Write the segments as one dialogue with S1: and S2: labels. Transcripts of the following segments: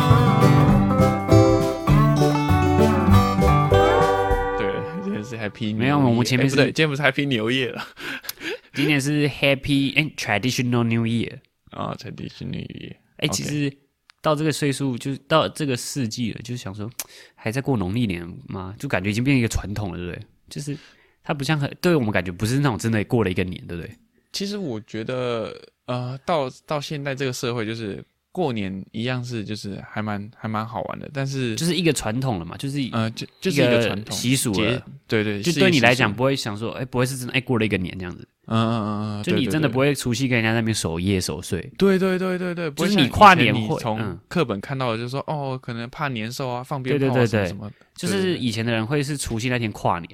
S1: Happy
S2: 没有我们前面
S1: 是、
S2: 是
S1: 不对，今天不是 Happy 牛业了
S2: 今年是 Happy and Traditional New Year。
S1: 啊，才迪士尼业。
S2: 哎、其实到这个岁数，就是到这个世纪了，就是想说，还在过农历年吗？就感觉已经变成一个传统了，对不对？就是它不像很对我们感觉不是那种真的过了一个年，对不对？
S1: 其实我觉得，呃，到到现在这个社会，就是过年一样是，就是还蛮还蛮好玩的，但是
S2: 就是一个传统了嘛，就是
S1: 呃，就就是一个传统
S2: 习俗
S1: 节
S2: 了。
S1: 对对，
S2: 就是
S1: 一个
S2: 对你
S1: 习
S2: 来
S1: 俗
S2: 讲，，不会想说，哎、不会是真的，哎、过了一个年这样子，
S1: 嗯嗯嗯嗯，
S2: 就你真的不
S1: 会，
S2: 会除夕跟人家在那边守夜守岁，
S1: 对对对对对，不会
S2: 就是
S1: 像
S2: 你
S1: 以
S2: 跨
S1: 前
S2: 年
S1: 你
S2: 会
S1: 从
S2: 嗯
S1: 课本看到的，就是说哦，可能怕年兽啊，放鞭
S2: 对对
S1: 炮啊
S2: 对
S1: 什么
S2: 对
S1: 什么的，
S2: 就是以前的人会是除夕那天跨年，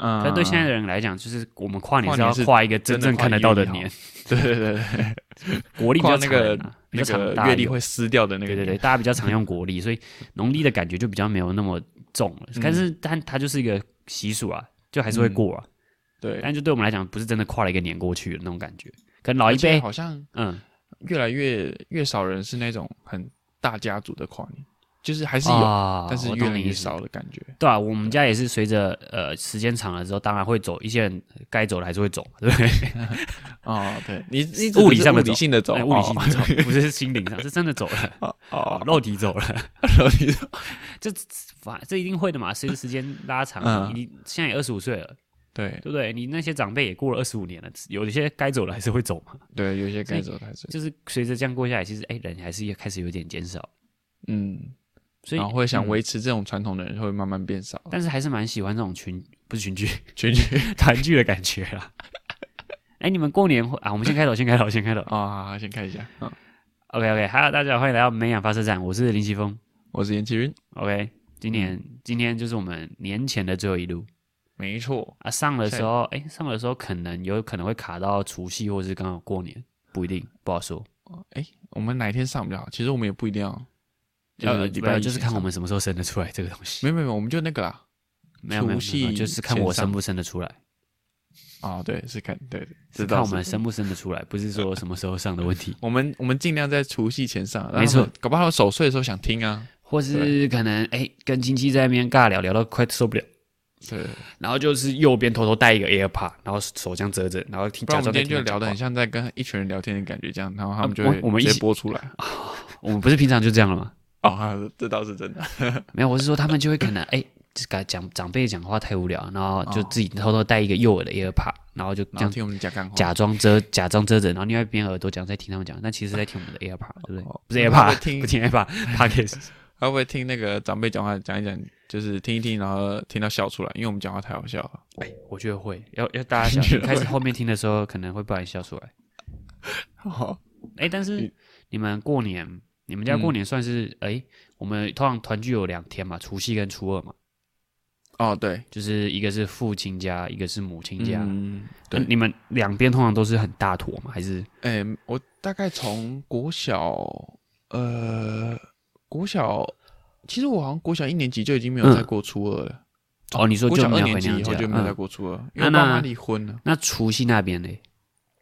S1: 嗯，
S2: 但对现
S1: 嗯
S2: 在的人来讲，就是我们跨年
S1: 跨
S2: 是
S1: 年
S2: 要
S1: 是
S2: 跨一个
S1: 真
S2: 真
S1: 的
S2: 正
S1: 跨
S2: 看得
S1: 一
S2: 到
S1: 月
S2: 的
S1: 一号
S2: 年，
S1: 对对对对，
S2: 国历比较
S1: 跨那个
S2: 长啊比
S1: 那
S2: 较长
S1: 个
S2: 大
S1: 月
S2: 一
S1: 历
S2: 点
S1: 会撕掉的那个
S2: 对对
S1: 年，
S2: 对，大家比较常用国 历，所以农历的感觉就比较没有那么重了。
S1: 嗯
S2: 但是，但它就是一个习俗啊，就还是会过啊。
S1: 嗯对，
S2: 但就对我们来讲，不是真的跨了一个年过去的那种感觉。跟老
S1: 而
S2: 一
S1: 且
S2: 辈，
S1: 好像
S2: 嗯，
S1: 越来越越少人是那种很大家族的跨年，就是还是有，
S2: 啊，
S1: 但是
S2: 我
S1: 越
S2: 懂
S1: 来
S2: 你
S1: 越
S2: 意思。
S1: 少的感觉。
S2: 对啊，我们家也是随着呃时间长了之后，当然会走，一些人呃该走的还是会走，对不对？
S1: 啊、对你你
S2: 物理上的
S1: 物理
S2: 走
S1: 性的走，
S2: 哎物理性的走， 不是心灵上，是真的走了，
S1: 哦，
S2: 肉 体走了。
S1: 然后你
S2: 这反这一定会的嘛，随着时间拉长，
S1: 嗯
S2: 你现在也二十五岁了，
S1: 对
S2: 对不对？你那些长辈也过了二十五年了，有一些该走的还是会走嘛。
S1: 对，有一些该
S2: 所
S1: 走的还是
S2: 就是随着这样过下来，其实哎、人还是也开始有点减少，
S1: 嗯，
S2: 所以
S1: 然后会想
S2: 嗯
S1: 维持这种传统的人会慢慢变少。
S2: 但是还是蛮喜欢这种群不是群聚
S1: 群聚
S2: 团聚的感觉啦。 哎、你们过年会啊？我们先开头，先开头，先开头。
S1: 啊、好好先看一下，嗯，
S2: OK OK，Hello，大家好欢迎来到美养发射站，我是林奇峰。
S1: 我是严奇云，
S2: OK，今年、
S1: 嗯
S2: 今天就是我们年前的最后一路
S1: 没错，
S2: 啊。上的时候，哎、上的时候可能有可能会卡到除夕，或是刚好过年，不一定，不好说。
S1: 哎，我们哪一天上比较好？其实我们也不一定要，就
S2: 呃
S1: 是礼拜一
S2: 就是
S1: 先
S2: 看我
S1: 上，
S2: 们什么时候生得出来这个东 西。
S1: 没有没有，我们就那个啦，
S2: 没有没有
S1: 除夕
S2: 没有，就是看我
S1: 线上
S2: 生不生得出来。
S1: 啊、对，是看对，
S2: 是
S1: 知
S2: 看
S1: 道
S2: 我们生不生得出来，不
S1: ，
S2: 是说什么时候上的问题
S1: 我们我们尽量在除夕前上，
S2: 没错，
S1: 搞不好守岁的时候想听啊，
S2: 或是可能哎、跟亲戚在那边尬聊聊到快受不了，
S1: 对，
S2: 然后就是右边偷偷带一个 AirPod，然后手这样折着，然后听
S1: 不然
S2: 假
S1: 我们今
S2: 装在
S1: 天
S2: 听
S1: 就
S2: 他讲
S1: 聊得
S2: 话
S1: 很像在跟一群人聊天的感觉，这样，然后他们就
S2: 我
S1: 会
S2: 我们一
S1: 直接
S2: 起
S1: 播出 来。
S2: 我们不是平常就这样了吗？
S1: 啊、这倒是真的。
S2: 没有，我是说他们就会可能哎。就感讲长辈讲话太无聊，然后就自己偷偷带一个右耳的 AirPod，然后就这
S1: 然后
S2: 样
S1: 听我们讲干话，
S2: 假装遮假装遮着，然后另外一边耳朵讲在听他们讲，但其实在听我们的 AirPod，对不对
S1: 哦？
S2: 不是
S1: 那他
S2: AirPod，
S1: 会听
S2: 不听 AirPod，Podcast
S1: 他会不会听那个长辈讲话讲一讲，就是听一听，然后听到笑出来，因为我们讲话太好笑了。
S2: 哎，我觉得会，要要大家小心。开始后面听的时候，可能会不然笑出来。
S1: 哦，
S2: 哎，但是你们过年，你们家过年算是哎、我们通常团聚有两天嘛，除夕跟初二嘛，
S1: 哦，对，
S2: 就是一个是父亲家，一个是母亲家。
S1: 嗯，
S2: 那
S1: 对
S2: 你们两边通常都是很大坨嘛，还是
S1: 哎、我大概从国小，呃，国小，其实我好像国小一年级就已经没有
S2: 嗯
S1: 再过初二了，
S2: 哦？你说
S1: 国
S2: 就
S1: 小
S2: 没
S1: 二
S2: 有
S1: 年
S2: 回
S1: 级
S2: 娘
S1: 以后
S2: 家？
S1: 就没有再
S2: 嗯、
S1: 过初二，因为
S2: 啊
S1: 爸
S2: 那
S1: 妈离婚了。
S2: 那除夕那边嘞，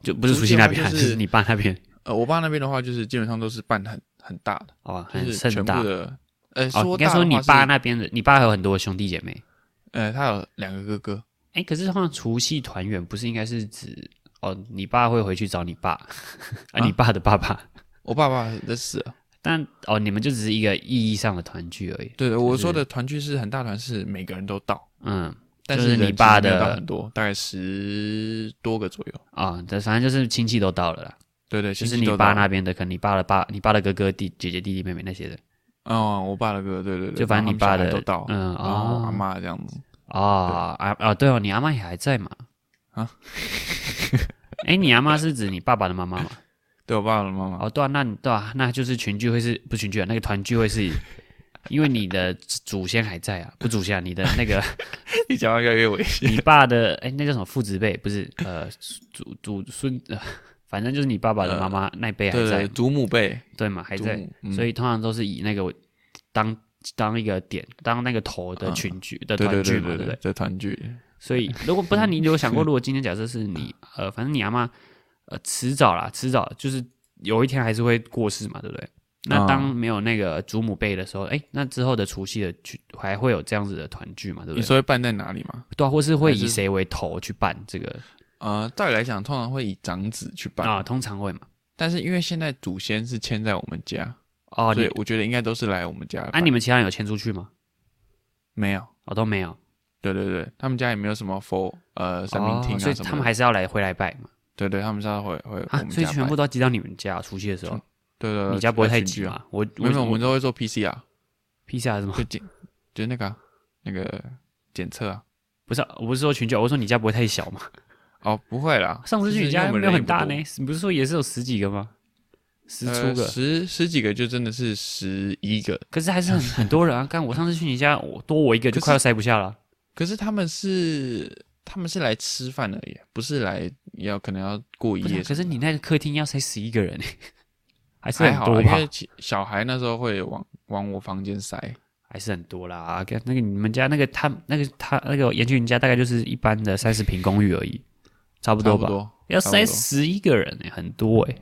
S2: 就不是
S1: 除
S2: 除
S1: 夕
S2: 夕
S1: 的
S2: 那
S1: 话
S2: 边，
S1: 就
S2: 就是
S1: 是
S2: 你爸那边
S1: 呃，我爸那边的话，就是基本上都是办很很大的，
S2: 哦，
S1: 就
S2: 很
S1: 是全
S2: 盛
S1: 部
S2: 大。
S1: 的。呃，
S2: 哦，
S1: 说
S2: 应该
S1: 大
S2: 说
S1: 的
S2: 你
S1: 话是
S2: 爸，那边的，你爸还有很多兄弟姐妹。
S1: 呃，他有两个哥哥，
S2: 哎，可是好像除夕团圆不是应该是指哦，你爸会回去找你爸 啊，
S1: 啊
S2: 你爸的爸爸，
S1: 我爸爸的死了。
S2: 但哦，你们就只是一个意义上的团聚而已。
S1: 对，我说
S2: 是
S1: 的团聚是很大团，是每个人都到，
S2: 嗯
S1: 但
S2: 就是
S1: 人
S2: 你
S1: 其实
S2: 爸
S1: 没有到
S2: 的
S1: 很多，大概十多个左右。
S2: 啊，这、反正就是亲戚都到了啦，
S1: 对对，
S2: 就
S1: 其
S2: 是
S1: 实
S2: 你爸那边的，可能你爸的爸、你爸的哥哥、弟姐姐、弟弟、妹妹那些的。
S1: 哦，我爸的哥，对对对，
S2: 就反正你
S1: 然
S2: 爸
S1: 后他
S2: 的
S1: 们小孩都到，
S2: 嗯
S1: 然后我阿
S2: 哦
S1: 妈这样子，
S2: 哦啊啊，对哦，你阿妈也还在嘛？
S1: 啊？
S2: 哎，你阿妈是指你爸爸的妈妈嘛？
S1: 对我爸爸的妈妈，
S2: 哦，对啊，那你对啊，那就是群聚会是不群聚啊？那个团聚会是，因为你的祖先还在啊，不祖先、啊，你的 那个
S1: 你讲话越来越危险。
S2: 你爸的哎、那叫什么父子辈？不是呃，祖祖孙、呃，反正就是你爸爸的妈妈、那一辈还
S1: 呃对
S2: 在
S1: 对，，祖母辈，
S2: 对嘛，还
S1: 祖
S2: 在，
S1: 母嗯
S2: 所以通常都是以那个为当当一个点，当那个头的群聚、的
S1: 啊对对
S2: 团聚
S1: 对
S2: 嘛，
S1: 对
S2: 对不
S1: 对
S2: 对？
S1: 的团聚，
S2: 所以如果不然，你有想
S1: 嗯
S2: 过，如果今天假设是你呃，反正你阿妈呃，迟早啦，迟早就是有一天还是会过世嘛，对不对？
S1: 啊
S2: 那当没有那个祖母辈的时候，哎、那之后的除夕的聚还会有这样子的团聚嘛？对不
S1: 你
S2: 对？
S1: 说会办在哪里吗？
S2: 对啊，或是会
S1: 还
S2: 以
S1: 是
S2: 谁为头去办这个
S1: 呃，照理来讲，通常会以长子去办，
S2: 啊？通常会嘛？
S1: 但是因为现在祖先是迁在我们家，
S2: 哦，
S1: 所
S2: 你
S1: 以我觉得应该都是来我们家
S2: 啊，
S1: 办。
S2: 你们其他人有迁出去吗？
S1: 没有？
S2: 哦，都没有，
S1: 对对对，他们家也没有什么佛呃神明厅
S2: 哦
S1: 啊
S2: 所以
S1: 什
S2: 他
S1: 么
S2: 们
S1: 的。
S2: 还是要来回来拜嘛。
S1: 对对，他们是要回回我
S2: 啊，
S1: 们
S2: 所以
S1: 家
S2: 全
S1: 办
S2: 部。都要寄到你们家除夕的时候
S1: 嗯，对对，对
S2: 你家不会
S1: 要
S2: 太
S1: 群
S2: 挤
S1: 聚啊？
S2: 嘛？我
S1: 没有，没有我
S2: 我
S1: 们都会做 PC 啊，
S2: 披萨是吗
S1: 就？检就是那个啊那个检测啊。
S2: 不是啊，我不是说群聚，我说你家不会太小嘛？
S1: 哦，不会啦，
S2: 上次去你
S1: 就是因为
S2: 家
S1: 我们
S2: 没
S1: 人
S2: 有
S1: 也
S2: 很
S1: 不
S2: 大
S1: 多
S2: 呢，你不是说也是有十几个吗？十出
S1: 呃
S2: 个，
S1: 十十几个就真的是十一个，
S2: 可是 还是很很多人啊。刚我上次去你家，我多我一个
S1: 可
S2: 就
S1: 是
S2: 快要塞不下了。
S1: 可是他们是他们是来吃饭而已，不是来要可能要过一
S2: 不是啊
S1: 夜什么的。
S2: 可是你那个客厅要塞十一个人， 还是
S1: 还
S2: 很
S1: 好啦，
S2: 多
S1: 因
S2: 吧？
S1: 为其小孩那时候会往往我房间塞。
S2: 还是很多啦。跟那个你们家那个他那个他那个研究员家大概就是一般的三十平公寓而已，差不
S1: 差
S2: 多
S1: 不
S2: 吧？
S1: 多
S2: 要
S1: 差不
S2: 塞
S1: 多
S2: 十一个人、欸，很多哎、，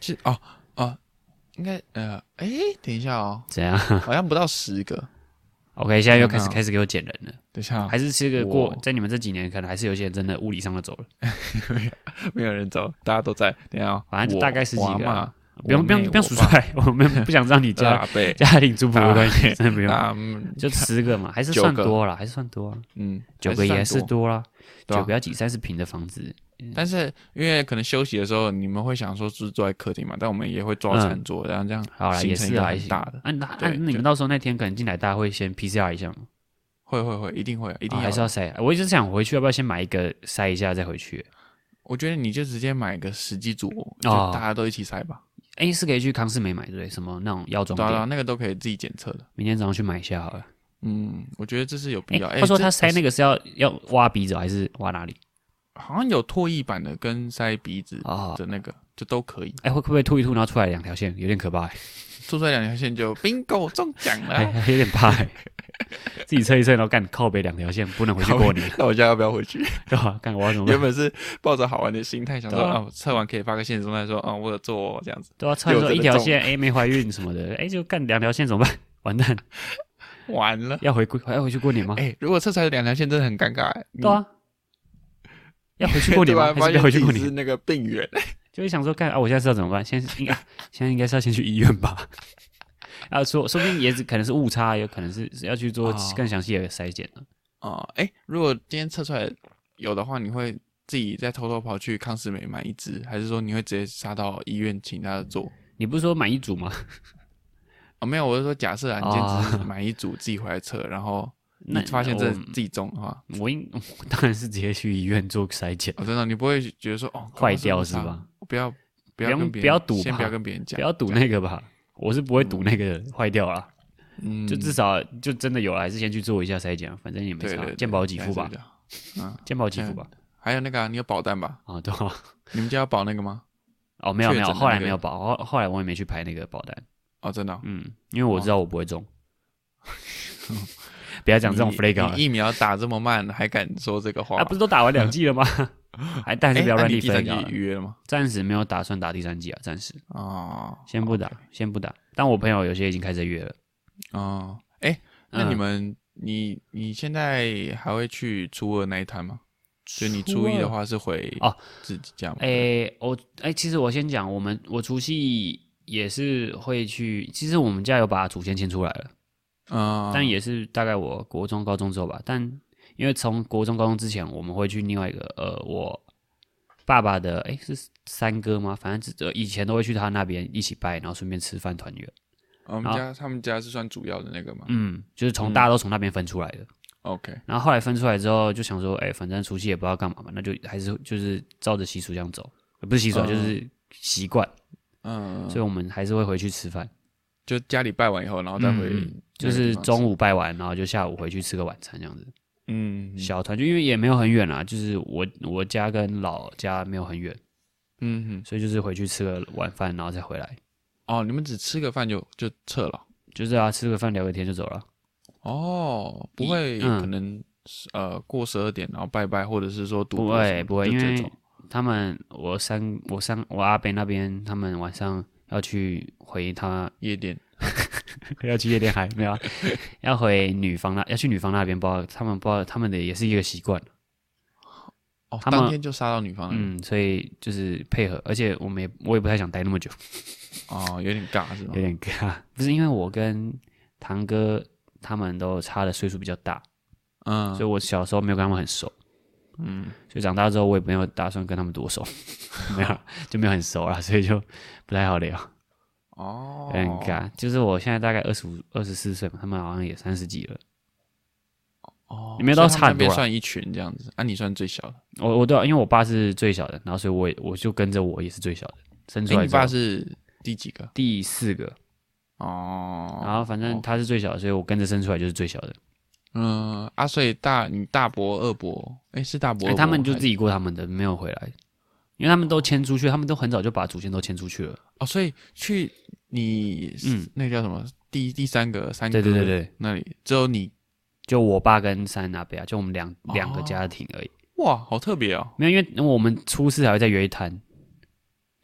S1: 其实哦哦，应该呃，哎，等一下哦
S2: 怎样
S1: 好像不到十个。
S2: ？OK，现在又开
S1: 没
S2: 始
S1: 有
S2: 开始给我减人了，
S1: 等一下哦，
S2: 还是这个
S1: 哇
S2: 过在你们这几年，可能还是有些人真的物理上的走了，
S1: 没有人走，大家都在。等一下哦，
S2: 反正就
S1: 我
S2: 大概十几
S1: 我阿
S2: 个
S1: 嬷
S2: 啊不用不用
S1: 我妹
S2: 不用
S1: 我
S2: 数出
S1: 爸
S2: 来， 我们不想让你
S1: 大
S2: 家
S1: 伯
S2: 家庭主妇的关系，真的不用，
S1: 那嗯
S2: 就十个嘛，还是
S1: 啊九
S2: 算
S1: 个
S2: 多啦，还是算多啊，
S1: 嗯，
S2: 九
S1: 还
S2: 个
S1: 算
S2: 也是
S1: 多
S2: 多啦，
S1: 对啊
S2: 九个要挤三十平的房子，
S1: 但是因为可能休息的时候，你们会想说是坐在客厅嘛，但我们也会
S2: 嗯
S1: 抓餐桌，然后这样
S2: 好啦，
S1: 形
S2: 也
S1: 成一
S2: 是
S1: 个
S2: 啊，也
S1: 很
S2: 是
S1: 大的，
S2: 啊，那那
S1: 对
S2: 你
S1: 就
S2: 们到时候那天可能进来，大家会先 PCR 一下嘛，
S1: 会会会，一定会，一定
S2: 啊还是
S1: 要。
S2: 要筛。我一直想回去，要不要先买一个筛一下再回去？
S1: 我觉得你就直接买个十几组，就
S2: 哦
S1: 大家都一起塞吧。
S2: 哎，是可以去康士美买对不对？什么那种药妆
S1: 对啊，对啊
S2: 店，
S1: 那个都可以自己检测的。
S2: 明天早上去买一下好了。
S1: 嗯，我觉得这是有必
S2: 哎
S1: 要。，哎
S2: 他说
S1: 这
S2: 他塞那个是要要挖鼻子还是挖哪里？
S1: 好像有唾液版的跟塞鼻子
S2: 哦
S1: 的那个，就都可以。
S2: 哎，会会不会吐一吐，然后出来两条线，有点可怕欸，
S1: 做出来两条线就 bingo 中奖
S2: 哎
S1: 了。
S2: 有点怕欸。自己测一测，然后干靠背两条线，不能回去过年，
S1: 那我现在要不要回去？
S2: 对吧？干我要怎么
S1: 原
S2: 办？
S1: 本是抱着好玩的心态，想说
S2: 对啊
S1: 啊，我测完可以发个现实动态说，啊，我有做哦这样子。
S2: 对啊，测一
S1: 有
S2: 测
S1: 这
S2: 一
S1: 个
S2: 条
S1: 重
S2: 线，哎，没怀孕什么的，哎，就干两条线怎么办？ 完蛋，
S1: 完了。
S2: 要回归要回去过年吗？
S1: 哎、如果测出来有两条线，真的很尴尬、欸。你
S2: 对啊，要回去过
S1: 对
S2: 年
S1: 吧啊发
S2: 吗？还是不
S1: 现
S2: 要回去过
S1: 自己是
S2: 年？
S1: 那个病源，
S2: 就会想说，干啊，我现在是要怎么办？现在应该现在应该是要先去医院吧？ 啊，说说不定也只可能是误差，有可能是要去做
S1: 哦
S2: 更详细的筛检了。
S1: 哦，哎、如果今天测出来有的话，你会自己再偷偷跑去康斯美买一支，还是说你会直接杀到医院请他做？
S2: 你不是说买一组吗？
S1: 哦，没有，我是说假设啊，你今天只是
S2: 哦
S1: 买一组自己回来测，然后你
S2: 那
S1: 发现这
S2: 我
S1: 自己中的话，
S2: 我应我当然是直接去医院做 筛检，
S1: 哦，真的你不会觉得说哦
S2: 坏掉是吧？
S1: 不要不要
S2: 不用
S1: 跟别人
S2: 不要赌
S1: 先
S2: 吧
S1: 不要跟别人讲，
S2: 不要赌那个吧。我是不会赌那个坏掉啊了，
S1: 嗯，
S2: 就至少就真的有了，还是先去做一下筛检，反正也没
S1: 对
S2: 啥
S1: 对，对
S2: 健保给付吧
S1: 还是，这样嗯，
S2: 健保给付吧。
S1: 还有那个、啊、你有保单吧？
S2: 啊，对啊，
S1: 你们家有保那个吗？
S2: 哦，没有没
S1: 确诊
S2: 有，
S1: 的
S2: 后来
S1: 那个
S2: 没有保，后后来我也没去排那个保单。
S1: 哦，真的哦、
S2: 嗯，因为我知道我不会中。 不要讲这种
S1: 你
S2: flag 啊
S1: 你！疫苗打这么慢，还敢说这个话？
S2: 啊，不是都打完两季了吗？ 还但还是
S1: 哎
S2: 不要
S1: 那
S2: 乱
S1: 你
S2: 立
S1: 第三
S2: flag
S1: 季
S2: 啊！
S1: 预约了吗？
S2: 暂时没有打算打第三季啊，暂时
S1: 哦
S2: 先不打，先不打。但我朋友有些已经开始约了。
S1: 哦，哎，那你
S2: 嗯
S1: 们，你你现在还会去初二那一摊吗？所以你
S2: 初
S1: 初一的
S2: 二
S1: 话是回
S2: 哦
S1: 自己家吗？
S2: 诶，哎我诶，其实我先讲，我们我除夕也是会去，其实我们家有把祖先迁出来了，
S1: 嗯，
S2: 但也是大概我国中、高中之后吧。但因为从国中、高中之前，我们会去另外一个呃，我爸爸的诶，是三哥吗？反正只呃以前都会去他那边一起拜，然后顺便吃饭团圆。
S1: 哦我们家他们家是算主要的那个嘛。
S2: 嗯，就是从大家都从那边分出来的。
S1: OK，
S2: 然后后来分出来之后，就想说，哎，反正除夕也不知道干嘛嘛，那就还是就是照着习俗这样走，呃不是习俗啊，
S1: 嗯
S2: 就是习惯。
S1: 嗯，
S2: 所以我们还是会回去吃饭，
S1: 就家里拜完以后，然后再回
S2: 嗯
S1: 那个地
S2: 嗯
S1: 方吃，
S2: 就是中午拜完，然后就下午回去吃个晚餐这样子。
S1: 嗯，嗯
S2: 小团聚，因为也没有很远啊，就是我我家跟老家没有很远，
S1: 嗯嗯，
S2: 所以就是回去吃个晚饭，然后再回来，
S1: 哦，你们只吃个饭就就撤了。
S2: 就是啊，吃个饭聊个天就走了。
S1: 哦，不会，
S2: 嗯
S1: 可能是呃过十二点然后拜拜，或者是说赌
S2: 不
S1: 博什么
S2: 会
S1: 的
S2: 不会，
S1: 就
S2: 因
S1: 直接
S2: 为
S1: 走
S2: 他们我三我三我阿伯那边，他们晚上要去回他，
S1: 夜店，
S2: 要去夜店嗨，没有啊、 要回女方那，要去女方那边，不知道他们不知道他们的也是一个习惯，
S1: 哦，
S2: 他们
S1: 当天就杀到女方了，
S2: 嗯，所以就是配合，而且我们也我也不太想待那么久，
S1: 哦，有点尬是吗
S2: 有？点尬，不是因为我跟堂哥他们都差的岁数比较大，所以
S1: 嗯
S2: 我小时候没有跟他们很熟，
S1: 嗯，
S2: 所以长大之后我也没有打算跟他们 多熟，没有啦就没有很熟啦，所以就不太好聊，
S1: 哦
S2: 有，点尬。就是我现在大概二十五、二十四岁嘛，他们好像也三十几了。
S1: 哦，
S2: 你们都
S1: 所以
S2: 差
S1: 他们那
S2: 很多啊
S1: 边
S2: 啦
S1: 算一群这样子，啊，你算最小的，
S2: 我我对、啊，因为我爸是最小的，然后所以我也我就跟着我也是最小的，生出
S1: 哎，
S2: 来
S1: 你
S2: 之后
S1: 爸是第几个？
S2: 第四个，
S1: 哦，
S2: 然后反正他是最小的，所以我跟着生出来就是最小的。
S1: 嗯啊，所以大你大伯、二伯，哎，是大伯，
S2: 哎
S1: 二伯
S2: 他们就
S1: 还
S2: 自己过他们的，没有回来，因为他们都迁出去，他们都很早就把祖先都迁出去了。
S1: 哦，所以去你
S2: 嗯
S1: 那个叫什么第第三个三
S2: 对
S1: 哥
S2: 对对对，
S1: 那里只有你
S2: 就我爸跟三阿伯啊，就我们两两个
S1: 哦
S2: 家庭而已。
S1: 哇，好特别哦。
S2: 没有，因为我们初四还会再约一摊，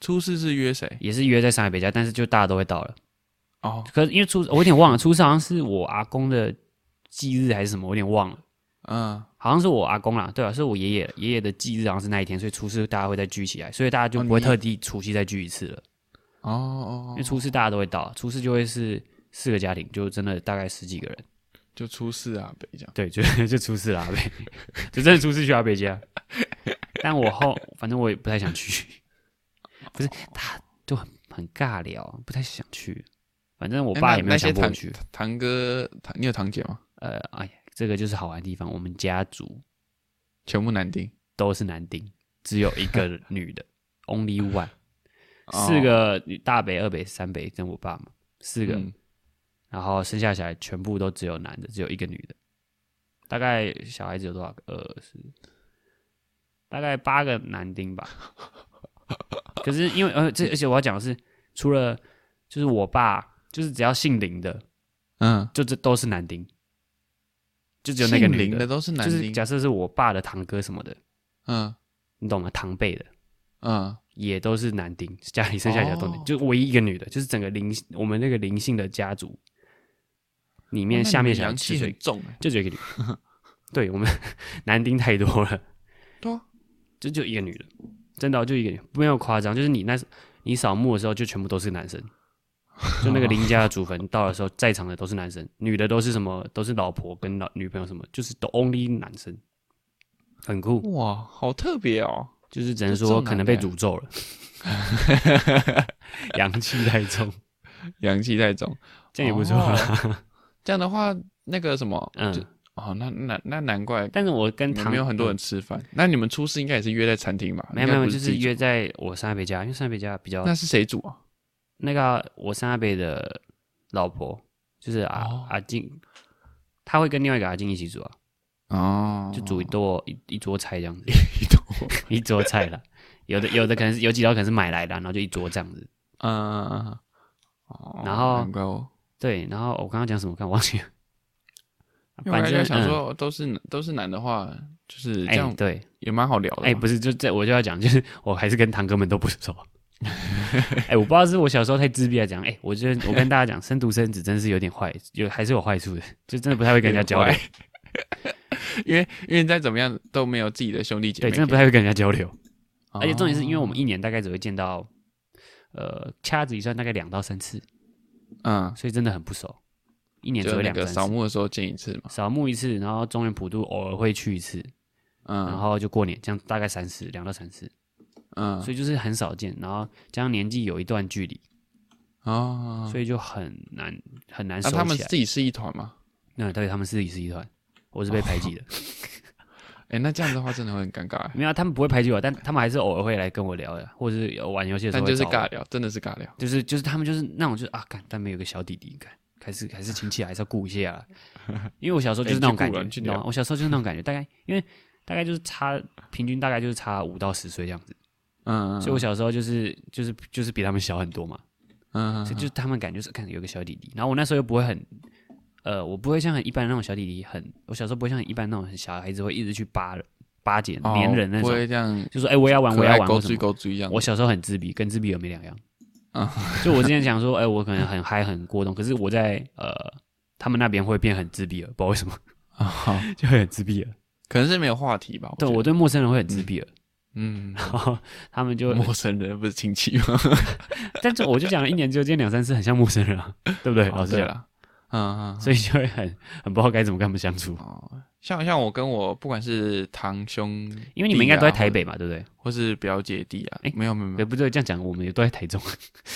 S1: 初四是约谁？
S2: 也是约在上海北家，但是就大家都会到了。
S1: 哦，
S2: 可是因为初我有点忘了，初四好像是我阿公的忌日还是什么，我有点忘了，
S1: 嗯，
S2: 好像是我阿公啦，对啊，是我爷爷爷爷的忌日，好像是那一天，所以初四大家会再聚起来，所以大家就
S1: 哦
S2: 不会
S1: 你
S2: 特地除夕再聚一次了，
S1: 哦哦
S2: 因
S1: 哦，
S2: 为初四大家都会到，初四就会是四个家庭，就真的大概十几个人，
S1: 就初四啊，北这样。
S2: 对，就 就初四了阿北，就真的初四去阿北家，但我后反正我也不太想去，不是他就很很尬聊，不太想去，反正我
S1: 哎
S2: 爸
S1: 那
S2: 也没
S1: 那
S2: 有
S1: 些
S2: 强迫我
S1: 堂
S2: 去。
S1: 堂哥，堂你有堂姐吗？
S2: 呃，哎呀，这个就是好玩的地方。我们家族
S1: 全部男丁，
S2: 都是男丁，只有一个女的，only one。
S1: 哦
S2: 四个女大北、二北、三北跟我爸嘛，四个，
S1: 嗯
S2: 然后生下小孩全部都只有男的，只有一个女的。大概小孩子有多少个？二十，大概八个男丁吧。可是因为呃，这而且我要讲的是，除了就是我爸，就是只要姓林的，
S1: 嗯，
S2: 就这都是男丁，就只有那个
S1: 姓
S2: 女
S1: 林的都是男
S2: 就是
S1: 丁，
S2: 假设是我爸的堂哥什么的，
S1: 嗯
S2: 你懂吗？堂辈的
S1: 嗯，
S2: 也都是男丁，家里剩下一个都男，
S1: 哦
S2: 就唯一一个女的，就是整个灵我们那个灵性的家族里面
S1: 哦那
S2: 下
S1: 你
S2: 面
S1: 们
S2: 小孩
S1: 阳
S2: 七
S1: 气
S2: 岁
S1: 很重哎，
S2: 就只有一个 女的，对我们 男丁太多了，
S1: 对啊，
S2: 就就一个女的，真的哦、就一个女的，没有夸张，就是你那时你扫墓的时候就全部都是男生。就那个邻家的祖坟到的时候，在场的都是男生， 女的都是什么？都是老婆跟老女朋友什么，就是都 only 男生，很酷。
S1: 哇，好特别哦。
S2: 就是只能
S1: 这
S2: 说
S1: 种啊
S2: 可能
S1: 男
S2: 被
S1: 的
S2: 诅咒了，阳气太重，
S1: 哦阳气太重，
S2: 这样也不错啦。
S1: 这样的话，那个什么，
S2: 嗯，
S1: 哦，那那那难怪
S2: 但是我跟
S1: 你们
S2: 唐
S1: 没有很多人，吃饭。那你们初四应该也是约在餐厅吧？
S2: 没有没
S1: 应该
S2: 有，
S1: 不
S2: 就
S1: 自
S2: 是
S1: 己煮。
S2: 约在我三阿伯家，因为三阿伯家比较
S1: 那是谁煮啊？
S2: 那个啊我三阿伯的老婆就是阿
S1: 哦
S2: 阿静，她会跟另外一个阿静一起煮啊，
S1: 哦，
S2: 就煮一桌一一桌菜这样子，
S1: 一坨。
S2: 一桌菜啦。有的有的可能是有几道可能是买来的啊，然后就一桌这样子。
S1: 嗯，哦
S2: 然后
S1: 难怪我，
S2: 对，然后我刚刚讲什么，我刚忘记了。
S1: 因为我
S2: 反
S1: 还在
S2: 正
S1: 想
S2: 嗯
S1: 说，都是都是男的话，就是这
S2: 哎
S1: 样
S2: 对，
S1: 也蛮好聊的嘛。啊
S2: 哎、不是，就这我就要讲，就是我还是跟堂哥们都不 熟。哎、我不知道是我小时候太自闭还是怎样。哎、我觉得我跟大家讲， 生独生子真是有点坏，有还是有坏处的，就真的不太会跟人家交
S1: 有
S2: 流
S1: 点。 因为因为再怎么样都没有自己的兄弟姐
S2: 对，
S1: 妹可
S2: 真
S1: 以，
S2: 的不太会跟人家交流。
S1: 哦。
S2: 而且重点是因为我们一年大概只会见到，呃，掐指一算大概两到三次，
S1: 嗯，
S2: 所以真的很不熟。一年只
S1: 就
S2: 会
S1: 那
S2: 两
S1: 个
S2: 三
S1: 扫
S2: 次，
S1: 墓的时候见一次嘛。
S2: 扫墓一次，然后中原普渡偶尔会去一次，然
S1: 嗯
S2: 后就过年，这样大概三次，两到三次，
S1: 嗯，
S2: 所以就是很少见。然后加上年纪有一段距离，
S1: 哦，
S2: 所以就很难很难熟
S1: 那
S2: 起
S1: 他
S2: 来。
S1: 们自己是一团吗？
S2: 那对他们自己是一团，我是被排 挤的。
S1: 哎，那这样子的话真的会很尴尬哎。
S2: 没有啊，他们不会排挤我，但他们还是偶尔会来跟我聊的，或者是有玩游戏的时
S1: 但
S2: 候
S1: 就
S2: 会
S1: 是
S2: 找我
S1: 尬聊，真的是尬聊。
S2: 就是就是他们就是那种就是啊，干，但没有个小弟弟，干，还是还是亲戚啊还是要顾一下啊。因为我小时候就是那种感觉，
S1: 哎你
S2: 你
S1: 去
S2: 知
S1: 顾啊你去聊
S2: 道吗？我小时候就是那种感觉，大概因为大概就是差平均大概就是差五到十岁这样子，
S1: 嗯，嗯
S2: 所以我小时候就是就是就是比他们小很多嘛，
S1: 嗯，
S2: 所以就是他们感觉就是看有个小弟弟，然后我那时候又不会很，呃，我不会像很一般那种小弟弟很，我小时候不会像一般那种小孩子会一直去巴人巴结
S1: 哦
S2: 黏人那
S1: 不
S2: 种，
S1: 会这样
S2: 就说哎、我也要玩，
S1: 可
S2: 我也
S1: 爱
S2: 要玩，
S1: 勾
S2: 或什
S1: 追
S2: 么。
S1: 勾追这样子。
S2: 我小时候很自闭，跟自闭有没两样，
S1: 嗯
S2: 就我之前想说，哎、我可能很嗨很过动，可是我在呃他们那边会变很自闭了，不知道为什么
S1: 啊，好
S2: 就会很自闭了。
S1: 可能是没有话题吧。
S2: 对
S1: 觉得
S2: 我对陌生人会很自闭了，
S1: 嗯，
S2: 然后他们就，
S1: 陌生人不是亲戚吗？
S2: 但是我就讲了一年只有见两三次，很像陌生人啊， 对不对？
S1: 哦
S2: 老师
S1: 对
S2: 讲，
S1: 了，嗯嗯，
S2: 所以就会很很不知道该怎么跟他们相处
S1: 嗯。哦，像像我跟我不管是堂兄弟啊，
S2: 因为你们应该都在台
S1: 或者，
S2: 北嘛，对不对？
S1: 或是表姐弟啊
S2: 诶，
S1: 没有没有没
S2: 对，
S1: 有，
S2: 不对，这样讲，我们也都在台中，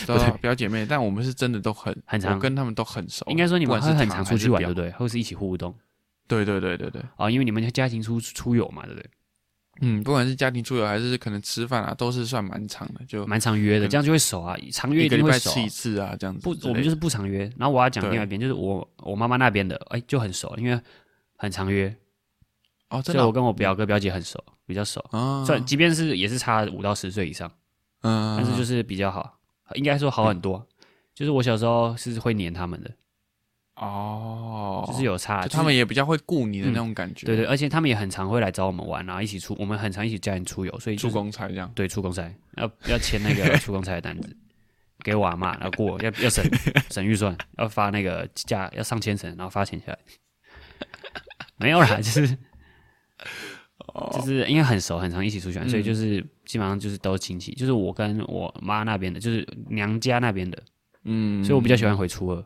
S1: 都
S2: 不对
S1: 表姐妹，但我们是真的都很
S2: 很常
S1: 我跟他们都很熟。
S2: 应该说你
S1: 不
S2: 们
S1: 管
S2: 会
S1: 是
S2: 很
S1: 堂
S2: 常
S1: 还
S2: 出
S1: 是
S2: 去玩，
S1: 表
S2: 对不对？或是一起互动
S1: 对对对对对，
S2: 啊、因为你们家庭出出游嘛，对不对？
S1: 嗯，不管是家庭出游还是可能吃饭啊，都是算蛮长的，就
S2: 蛮常约的，
S1: 嗯
S2: 这样就会熟啊，常约
S1: 一
S2: 一
S1: 个
S2: 定
S1: 礼
S2: 会
S1: 拜
S2: 熟
S1: 吃
S2: 啊、
S1: 一次啊，这样子
S2: 不
S1: 之类，的。
S2: 我们就是不常约。然后我要讲
S1: 对
S2: 另外一边，就是我我妈妈那边的，哎、就很熟，因为很常约，
S1: 哦，真
S2: 所以
S1: 的
S2: 我
S1: 哦
S2: 跟我表哥表姐很熟，比较熟。
S1: 啊，
S2: 算，即便是也是差五到十岁以上，
S1: 嗯，
S2: 但是就是是比较好，应该说好很多。就是我小时候是会黏他们的，
S1: 哦，
S2: 就是有差，
S1: 就
S2: 就是嗯
S1: 他们也比较会顾你的那种感觉，
S2: 对对，，而且他们也很常会来找我们玩啊，一起出，我们很常一起家人出游，所以就
S1: 出
S2: 是
S1: 公差这样，
S2: 对出公差要要签那个出公差的单子，给我阿妈，然后过要要省省预算，要发那个假要上千省，然后发钱下来。没有啦，就是 就是因为很熟，很常一起出去玩，
S1: 嗯
S2: 所以就是基本上就是都亲戚，就是我跟我妈那边的，就是娘家那边的，
S1: 嗯，
S2: 所以我比较喜欢回初二，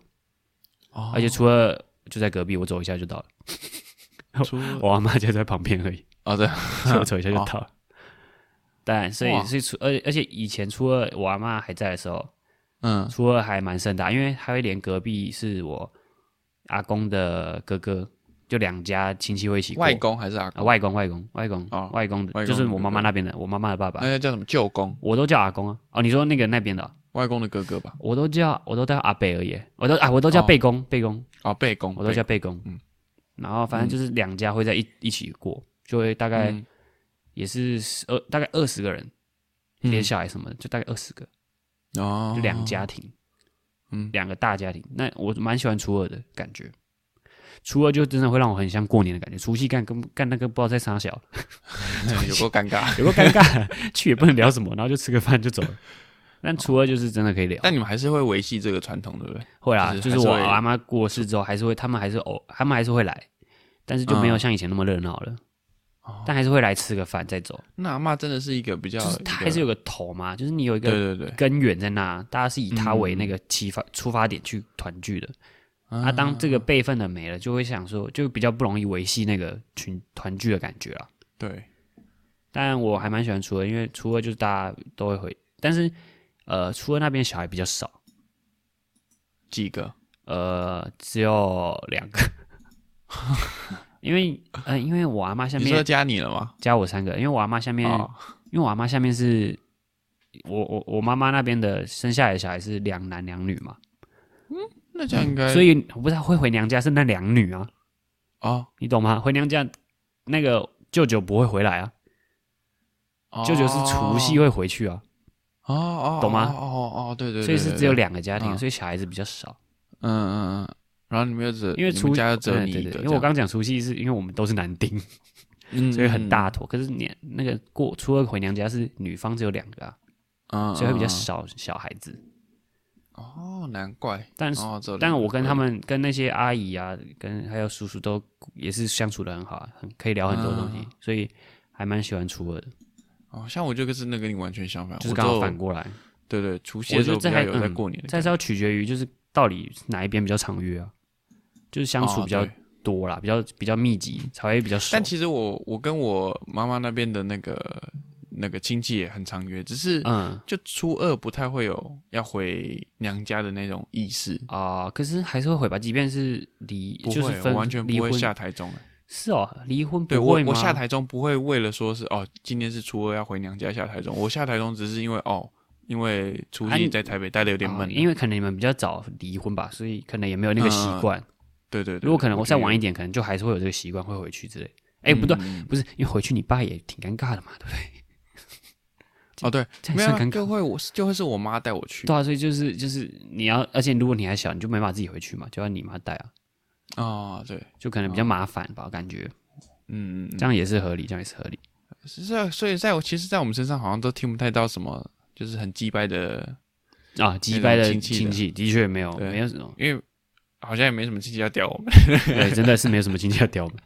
S1: 哦，
S2: 而且初二就在隔壁，我走一下就到了，
S1: 出
S2: 我阿妈就在旁边而已。
S1: 哦对，
S2: 所以我走一下就到了。 当然，所以
S1: 哇
S2: 所以初而而且以前初二我阿妈还在的时候，
S1: 嗯
S2: 初二还蛮盛大，因为还会连隔壁是我阿公的哥哥，就两家亲戚会一起过。
S1: 外公还是阿
S2: 啊，
S1: 公？
S2: 外公外公外公、
S1: 哦
S2: 外公的，
S1: 外公的
S2: 就是我妈妈
S1: 哥哎哥
S2: 那边的，我妈妈的爸爸，
S1: 那叫什么舅公？
S2: 我都叫阿公啊。哦，你说那个那边的哦，
S1: 外公的哥哥吧？
S2: 我都叫我都叫阿伯而已，我都啊我都叫
S1: 哦
S2: 贝公贝公，
S1: 哦，贝公，
S2: 我都叫贝公。
S1: 嗯
S2: 然后反正就是两家会在一一起过，就会大
S1: 贝
S2: 概
S1: 嗯
S2: 也是十二大概二十个人，
S1: 嗯
S2: 连小孩什么的，就大概二十个，
S1: 哦
S2: 就，两家庭，
S1: 嗯
S2: 两个大家庭。那我蛮喜欢初二的感觉，初二就真的会让我很像过年的感觉。除夕干跟干那个不知道在啥小，
S1: 有够尴 尬。
S2: 有个尴尬，去也不能聊什么，然后就吃个饭就走了。但初二就是真的可以聊，
S1: 但你们还是会维系这个传统，对不对？
S2: 会啦，
S1: 哎就是还
S2: 就是
S1: 是
S2: 我
S1: 会
S2: 阿妈过世之后，还是会，他们还是偶，他们还是会来，但是就没有
S1: 嗯
S2: 像以前那么热闹了
S1: 哦。
S2: 但还是会来吃个饭再走，
S1: 那阿嬷真的是一个比较
S2: 就，是他还是
S1: 一
S2: 有个头嘛，就是你有一
S1: 个
S2: 个
S1: 对对对。
S2: 根源在那，大家是以他为
S1: 嗯
S2: 那个起发出发点去团聚的。
S1: 啊
S2: 啊，当这个辈分的没了，就会想说，就比较不容易维系那个群团聚的感觉啦。
S1: 对，
S2: 但我还蛮喜欢初二，因为初二就是大家都会回，但是呃，初二那边小孩比较少，
S1: 几个
S2: 呃，只有两个， 因为呃，因为我阿妈下
S1: 你说
S2: 面
S1: 加你了吗？
S2: 加我三个，因为我阿妈下面，
S1: 哦，
S2: 因为我阿妈下面是我我我妈妈那边的生下来的小孩是两男两女嘛，
S1: 那这样应该
S2: 嗯所以我不知道会回娘家是那两女啊，
S1: 哦，
S2: 你懂吗？回娘家那个舅舅不会回来啊，
S1: 哦
S2: 舅舅是除夕会回去啊，
S1: 哦哦，
S2: 懂吗
S1: 哦哦哦，对对，对
S2: 所以是只有，
S1: 对对
S2: 两个家庭，
S1: 嗯
S2: 所以小孩子比较少。
S1: 嗯嗯嗯，然后你们又只
S2: 因为
S1: 你
S2: 除
S1: 们家又只有
S2: 嗯
S1: 你
S2: 对
S1: 一个，
S2: 对
S1: 嗯
S2: 对因为我刚讲除夕是因为我们都是男丁，
S1: 刚
S2: 所以很大，坨。可是你那个过初二回娘家是女方只有两个啊，
S1: 嗯，嗯
S2: 所以会比
S1: 嗯
S2: 较。
S1: 嗯
S2: 少小孩子。
S1: 哦，难怪，
S2: 但是
S1: 哦，只有
S2: 但
S1: 两个
S2: 我跟他们跟那些阿姨啊，跟还有叔叔都也是相处的很好，啊，很可以聊很多东西
S1: 嗯，
S2: 所以还蛮喜欢初二的，
S1: 哦，像我就跟是那跟你完全相反，
S2: 就是
S1: 我
S2: 刚好
S1: 就
S2: 反过来。
S1: 对对，除夕
S2: 我
S1: 的
S2: 觉
S1: 时候
S2: 得
S1: 比
S2: 这
S1: 较
S2: 还
S1: 有在
S2: 嗯
S1: 过年的
S2: 但
S1: 感
S2: 是
S1: 觉，
S2: 要取决于就是到底哪一边比较常约啊，就是相处
S1: 哦
S2: 比较
S1: 对
S2: 多啦，比较比较密集才会比较熟
S1: 但。其实我我跟我妈妈那边的那个那个亲戚也很常约，只是
S2: 嗯
S1: 就初二不太会有要回娘家的那种意识，
S2: 啊、可是还是会回吧，即便是离
S1: 不
S2: 就是
S1: 会，我
S2: 分
S1: 完全
S2: 离
S1: 不会
S2: 婚
S1: 下台中。哎
S2: 是哦，离婚
S1: 对
S2: 不
S1: 我
S2: 会吗？
S1: 我下台中不会为了说是哦今天是初二要回娘家下台中，我下台中只是因为哦因为除
S2: 啊你
S1: 夕在台北待的有
S2: 有
S1: 点闷啊了，
S2: 因为可能你们比较早离婚吧，所以可能也没有那个习
S1: 嗯
S2: 惯。
S1: 对对对，
S2: 如果可能我再晚一
S1: 点，
S2: 点，可能就还是会有这个习惯会回去之类。哎、不对，
S1: 嗯，嗯嗯
S2: 不是，因为回去你爸也挺尴尬的嘛，对不对？
S1: 哦对，
S2: 这样
S1: 没
S2: 也
S1: 有
S2: 算
S1: 啊
S2: 尴
S1: 就
S2: 尬。
S1: 会我就会是我妈带我去
S2: 对啊，所以就是就是你要，而且如果你还小，你就没办法自己回去嘛，就要你妈带啊，
S1: 啊，对，
S2: 就可能比较麻烦吧，感觉
S1: 嗯嗯嗯
S2: 这。样也是合理，这样也是合理。
S1: 是啊，所以在我其实，在我们身上好像都听不太到什么，就是很鸡掰的
S2: 啊，击
S1: 种
S2: 败的
S1: 亲戚的
S2: 亲戚的确没有，
S1: 对
S2: 没有什么，
S1: 因为好像也没什么亲戚要屌我们。
S2: 对，真的是没有什么亲戚要屌我 们，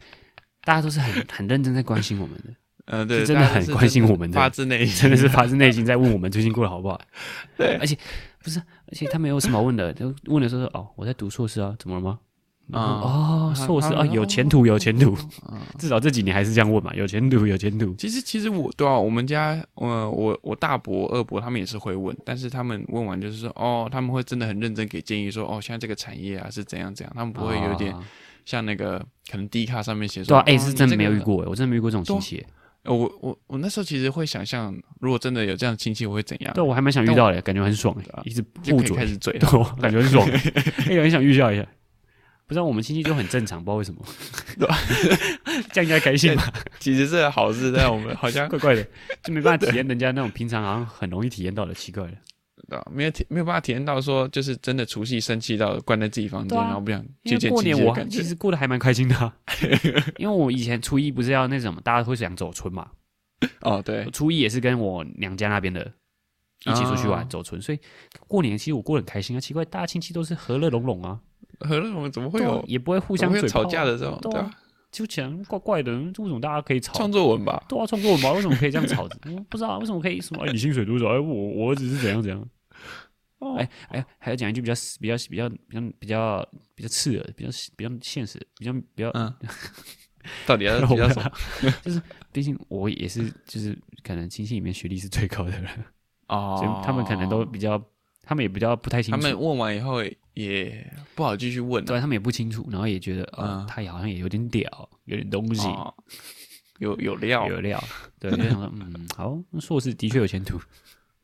S2: 大家都是很很认真在关心我们的，
S1: 嗯，对，
S2: 是真的
S1: 大家
S2: 很
S1: 是
S2: 关心
S1: 真的
S2: 我们的
S1: 发自内心
S2: 真的是发自内心在问我们最近过得好不好。
S1: 对
S2: 而且不是，而且他没有什么好问的，就问的时候说哦，我在读硕士啊，怎么了吗？然后
S1: 嗯
S2: 哦，
S1: 他
S2: 硕士
S1: 他
S2: 啊，
S1: 们
S2: 有
S1: 哦
S2: 前途，有前途。
S1: 嗯
S2: 至少这几年还是这样问嘛，有前途，有前途。
S1: 其实其实我对啊，我们家呃我我大伯二伯他们也是会问，但是他们问完就是说哦，他们会真的很认真给建议说哦，现在这个产业啊是怎样怎样，他们不会有点
S2: 啊
S1: 像那个可能 D 卡上面写说
S2: 对啊，哎，
S1: 哦
S2: 是
S1: 你
S2: 真的
S1: 这个
S2: 没有遇过，哎我真的没遇过这种
S1: 对
S2: 亲
S1: 啊
S2: 戚。哎
S1: 呃我我我那时候其实会想象，如果真的有这样的亲戚，我会怎样？
S2: 对，我还蛮想遇到的，感觉很爽，哎一直
S1: 啊就可
S2: 互
S1: 以
S2: 嘴
S1: 开，始嘴
S2: 对，我感觉很爽， 哎，很想预笑一下。不知道我们亲戚就很正常，不知道为什 么，这样应该开心吧？
S1: 其实是好事，但我们好 像
S2: 怪怪的，就没办法体验人家那种平常好像很容易体验到的奇怪的。
S1: 啊没有体没有办法体验到说，就是真的除夕生气到关在自己房间，
S2: 对啊
S1: 然后不想接
S2: 因为
S1: 见
S2: 过
S1: 亲
S2: 年
S1: 戚的
S2: 我
S1: 感觉
S2: 其。实过得还蛮开心 的、啊，因为我以前初一不是要那什么，大家会想走村嘛，
S1: 哦，对
S2: 我，初一也是跟我娘家那边的一起出去玩、
S1: 哦
S2: 走村，所以过年其实我过得很开心啊。奇怪，大家亲戚都是和乐融融啊，
S1: 和乐我们怎么会
S2: 对啊
S1: 有
S2: 也不会互
S1: 互
S2: 相嘴
S1: 吵
S2: 炮啊
S1: 架的时候，
S2: 对
S1: 对
S2: 啊
S1: 啊，
S2: 就讲怪怪的，为什么大家可以吵？
S1: 创作文吧，
S2: 对啊，创作文吧，为什么可以这样吵？我不知道啊为什么可以什么？ 哎，你薪水多少？哎，我我儿子是怎样怎样？
S1: 哦
S2: 哎哎，还要讲一句比较比较比较比较比较比较刺耳、比较比较现实、比较比 较
S1: 嗯，到底要
S2: 然后
S1: 比 较
S2: 我
S1: 什么？
S2: 就是毕竟我也是，就是可能亲戚里面学历是最高的人，所
S1: 哦
S2: 以他们可能都比较，他们也比较不太清
S1: 他
S2: 楚，
S1: 们问完以后也不好继续问啊了
S2: 对，他们也不清楚，然后也觉得，哦，
S1: 嗯
S2: 他也好像也有点屌，有点东西，
S1: 哦，有有料，
S2: 有料，对，就想说，嗯，好，那硕士的确有前途，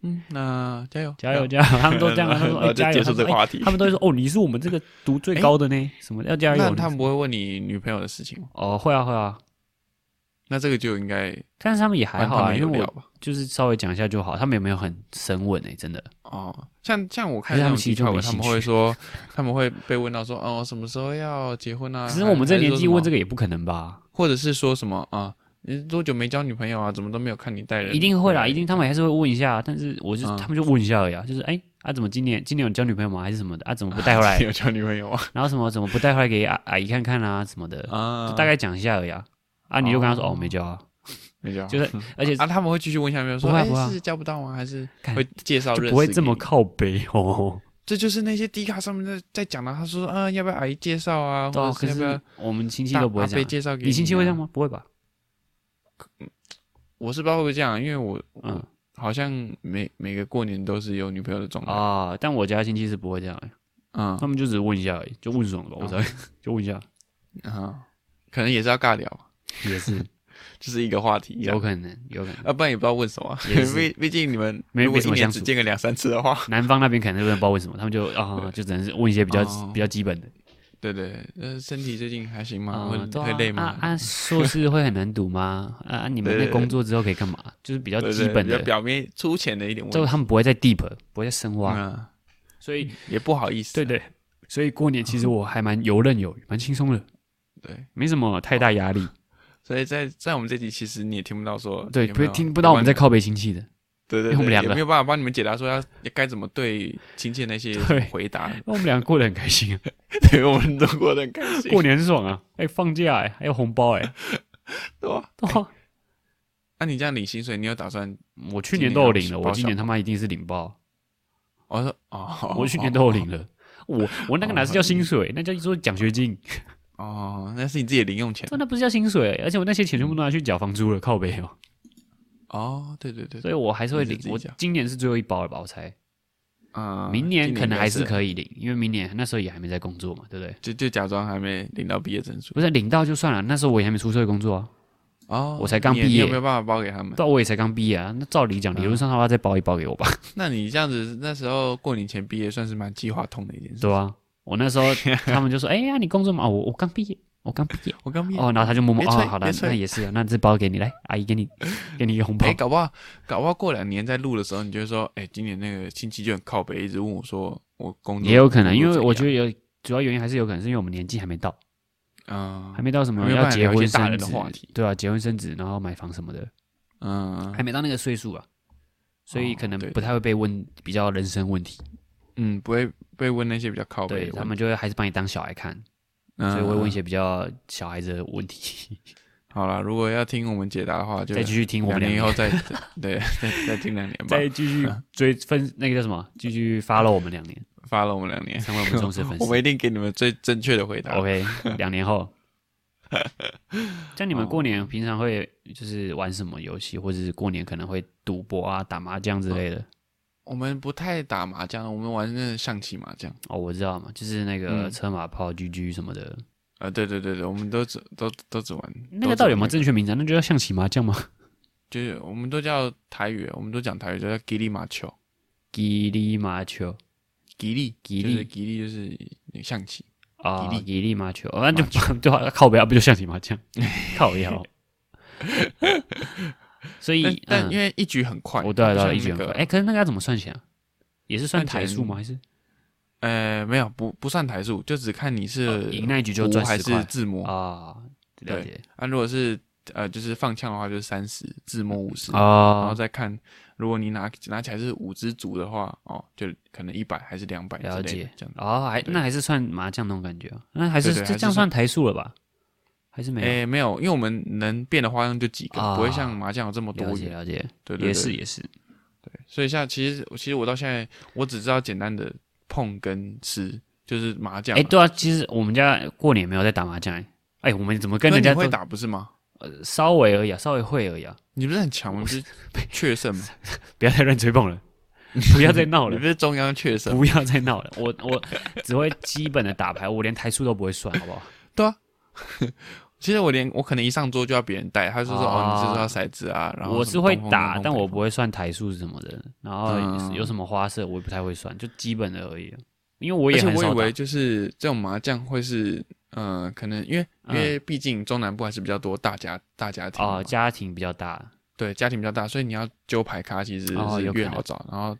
S1: 嗯，那加油
S2: 加油加油，他们都这样啊，他 们说，
S1: 然后
S2: 哎，
S1: 就
S2: 加油，
S1: 结束
S2: 他
S1: 这
S2: 们
S1: 个
S2: 说哎
S1: 话题
S2: 他。们都会说，哦，你是我们这个读最高的呢，什么要加
S1: 那
S2: 油，
S1: 他们不会问你女朋友的事情吗？
S2: 哦，会啊会啊，
S1: 那这个就应该
S2: 但是他们也还
S1: 还
S2: 好
S1: 他
S2: 啊，
S1: 们有
S2: 因为
S1: 料
S2: 我
S1: 吧？
S2: 就是稍微讲一下就好，他们也没有很深问哎，真的，
S1: 哦，像像我
S2: 还
S1: 看
S2: 是他
S1: 那种
S2: 们其
S1: 奇
S2: 实就
S1: 怪文，
S2: 没
S1: 他
S2: 兴
S1: 们会说，他们会被问到说，哦，什么时候要结婚啊？
S2: 可是我们这年纪问这
S1: 个，
S2: 个也不可能吧。
S1: 或者是说什么啊？你多久没交女朋友啊？怎么都没有看你带人？
S2: 一定会啦，
S1: 对
S2: 一定他们还是会问一下，但是我就、
S1: 嗯
S2: 他们就问一下而已啊，就是哎、啊怎么今年今年有交女朋友吗？还是什么的啊怎么不带 回来？
S1: 有交女朋友啊？
S2: 然后什么怎么不带回来给阿阿姨看看啊什么的，
S1: 啊，
S2: 就大概讲一下而已啊。啊你就跟他说哦没 交啊，
S1: 没交，
S2: 就是 而且
S1: 啊，他们会继续问下面说，
S2: 不会
S1: 哎
S2: 不会啊
S1: 是交不到吗？还是
S2: 干
S1: 会介绍认
S2: 就
S1: 识？
S2: 不会这么，靠背哦。
S1: 这就是那些低卡上面在在讲的，他说，啊，要不要阿姨介绍啊？
S2: 对
S1: 或
S2: 啊，
S1: 者
S2: 可
S1: 是要不
S2: 是
S1: 要
S2: 我们亲戚
S1: 大
S2: 都不会
S1: 阿
S2: 这
S1: 伯
S2: 样。
S1: 介绍给
S2: 你亲戚
S1: 啊
S2: 会这样？吗？不会吧？
S1: 我是不知道会不会这样，因为我
S2: 嗯
S1: 好像每每个过年都是有女朋友的状态，
S2: 啊，但我家亲戚是不会这样、欸，
S1: 嗯
S2: 他们就只是问一下而已，就问爽了吧，我才、 就问一下，
S1: 啊，可能也是要尬聊，
S2: 也是
S1: 就是一个话题这样，
S2: 有可能，有可 能。
S1: 啊，不然也不知道问什么
S2: 也，是
S1: 毕 毕竟你们
S2: 没
S1: 如果
S2: 没什
S1: 一
S2: 么
S1: 年
S2: 相
S1: 只
S2: 处
S1: 见个两三次的 话，
S2: 南方那边可能真的不知道为什么，他们就啊，就只能是问一些比较、
S1: 哦
S2: 比较基本的
S1: 对对，对呃，身体最近还行吗？会
S2: 对啊
S1: 会累
S2: 啊
S1: 吗？
S2: 啊，硕士会很难读吗？啊啊，你们
S1: 对
S2: 那
S1: 对对
S2: 工作之后可以干嘛？就是比较
S1: 对
S2: 基
S1: 对
S2: 本
S1: 比较
S2: 的，
S1: 表面粗浅的一点问
S2: 就
S1: 题，
S2: 他们不会再 deep，不会再深挖，
S1: 嗯，
S2: 所以
S1: 也不好意思，啊
S2: 对对，所以过年其实我还蛮游刃有余，蛮轻松的，
S1: 对，
S2: 没什么太大压力。
S1: 所以在在我们这集，其实你也听不到说
S2: 对，
S1: 有
S2: 不
S1: 没
S2: 会
S1: 有
S2: 听不到我们在，靠北亲戚的，
S1: 对对
S2: 因为我们
S1: 对，
S2: 两
S1: 也
S2: 个
S1: 没有办法帮你们解答说要该怎么对亲戚那些
S2: 对
S1: 回答，
S2: 那我们两个过得很开心啊，
S1: 对我们都过得很开心，
S2: 过年很爽啊， 哎，放假哎，还有红包 哎，
S1: 对吧？
S2: 对啊
S1: 那你这样领薪水，你有打算？
S2: 我去年都有领
S1: 今
S2: 了，
S1: 年
S2: 我
S1: 有
S2: 今年他妈一定是领包。
S1: 我说哦，
S2: 我去年都有领了。我我那个哪是叫薪水，那叫做奖学金，
S1: 哦，那是你自己的零用钱
S2: 对，那不是叫薪水，而且我那些钱全部都拿去缴房租了，靠北 哦，
S1: 哦，对对对，
S2: 所以我还是会
S1: 你是
S2: 领
S1: 自。己
S2: 我
S1: 缴
S2: 今年是最后一包了吧，我猜，
S1: 啊，
S2: 明年可能还是
S1: 以，
S2: 可以领，因为明年那时候也还没在工作嘛，对不对？
S1: 就就假装还没领到毕业证书
S2: 不是领到就算了，那时候我也还没出社会工作啊，
S1: 哦，
S2: 我才刚
S1: 你也
S2: 毕
S1: 你有
S2: 业
S1: 没有办法包给他们？
S2: 到我也才刚毕业啊，那照理讲，理论上他要再包一包给我 吧，
S1: 那你这样子，那时候过年前毕业，算是蛮计划通的一件事。
S2: 对吧、啊我那时候他们就说，哎呀，你工作嘛，哦我我刚毕业，我刚毕业，
S1: 我刚毕业，
S2: 哦，然后他就默默，
S1: 别
S2: 哦
S1: 催，
S2: 好的
S1: 别，催
S2: 那也是啊，那这包给你，来， 阿姨 给你，给你一个红包
S1: 哎、，搞不好，搞不好过两年在录的时候，你就会说，哎、今年那个亲戚就很靠北，一直问我说我工作
S2: 也有可能，因为我觉
S1: 得，
S2: 得有主要原因还是有可能是因为我们年纪还没到，
S1: 嗯，
S2: 还没到什么
S1: 还没有
S2: 要
S1: 办法
S2: 结
S1: 聊一
S2: 婚
S1: 些大
S2: 生
S1: 人的
S2: 子
S1: 话题
S2: 对啊，结婚生子，然后买房什么的，
S1: 嗯，哦
S2: 还没到那个岁数啊，所以可能
S1: 对
S2: 不太会被问比较人生问题，
S1: 嗯，不会被问那些比较靠
S2: 对
S1: 背的
S2: 他
S1: 问
S2: 们
S1: 题，
S2: 就会还是把你当小孩看，所以
S1: 嗯
S2: 会问一
S1: 嗯
S2: 些比较小孩子的问 题。
S1: 好了，如果要听我们解答的话，就
S2: 再继续听我们
S1: 啊两
S2: 两
S1: 年以
S2: 个
S1: 后再 对再再听两年吧
S2: 再，继续追分那个叫什么，继续 follow 我们两 年，
S1: 发了我们两年，
S2: 成为我们忠实粉
S1: 我
S2: 丝。
S1: 们一定给你们最正确的回答。
S2: OK，两年后。 像你们过
S1: 哦
S2: 年平常会就是玩什么游戏，或者是过年可能会赌博啊、打麻将之类的？
S1: 我们不太打麻将，我们玩那个象棋麻将。
S2: 哦，我知道嘛，就是那个
S1: 嗯
S2: 车马炮、GG 什么的。
S1: 啊，对对对对，我们都只都都只玩
S2: 那个到底有没有
S1: 都只玩
S2: 正确名字啊？那就叫象棋麻将吗？
S1: 就是我们都叫台语，我们都讲台语，就叫吉利麻球，
S2: 吉利麻球
S1: 吉利
S2: 吉
S1: 就是
S2: 利
S1: 吉利就是象棋。
S2: 啊
S1: 吉，利
S2: 吉利麻球，哦那就 就靠啊不要不就象棋 麻将，靠腰。所
S1: 但
S2: 以，
S1: 但
S2: 嗯
S1: 因为一局很快，
S2: 我对啊
S1: 不
S2: 对啊，
S1: 像
S2: 一局
S1: 那
S2: 很
S1: 个
S2: 快。哎，可是那个要怎么算钱啊？也是算
S1: 算
S2: 台
S1: 钱
S2: 数吗？还是
S1: 呃，没有不不算台数，就只看你是
S2: 哦赢那一局就
S1: 呃胡
S2: 赚
S1: 还
S2: 十块
S1: 是自摸啊。
S2: 啊？了
S1: 对
S2: 解
S1: 如果是呃就是放枪的话，就是三十，自摸五十，然后
S2: 哦，
S1: 再看，如果你拿拿起来是五只组的话，哦，就可能一百还是两百之
S2: 了
S1: 类的
S2: 解
S1: 这样。
S2: 哦，还
S1: 对
S2: 那还是算麻将那种感觉啊？那还是
S1: 对对
S2: 这
S1: 还是
S2: 这样算台数了吧？还是没有？
S1: 哎，没有，因为我们能变的花样就几个，
S2: 啊
S1: 不会像麻将有这么多
S2: 了解
S1: 元。
S2: 了解，
S1: 对对
S2: 也
S1: 对，
S2: 是也是
S1: 所以像其实其实我到现在我只知道简单的碰跟吃，就是麻将嘛。
S2: 哎，对啊，其实我们家过年没有在打麻将哎，哎，我们怎么跟
S1: 那
S2: 人
S1: 你
S2: 家
S1: 会
S2: 都
S1: 打不是吗？
S2: 呃稍微而已啊，稍微会而已啊，
S1: 你不是很强吗？你不 是确胜吗？
S2: 不要再乱吹 捧了，不要再闹
S1: 你
S2: 了
S1: 不，是中央确胜吗？
S2: 不要再闹了，我我只会基本的打牌，我连台数都不会算，好不好？
S1: 其实我连我可能一上桌就要别人带，他就说
S2: 哦
S1: 哦，你是不是要骰子啊？然后
S2: 我
S1: 什
S2: 是
S1: 么
S2: 会
S1: 碰碰
S2: 打，
S1: 碰碰
S2: 但我
S1: 碰
S2: 不会算台数什么的，然后
S1: 嗯
S2: 有什么花色我也不太会算，就基本的而已。啊因为我
S1: 而
S2: 也
S1: 且
S2: 很
S1: 我以
S2: 少打
S1: 为就是这种麻将会是，呃，可能因为因
S2: 嗯
S1: 为毕竟中南部还是比较多大家大家庭
S2: 哦、
S1: 嘛
S2: 家庭比较大，
S1: 对家庭比较大，所以你要揪牌咖其实
S2: 哦
S1: 是
S2: 有可
S1: 越
S2: 能嗯
S1: 好找。然后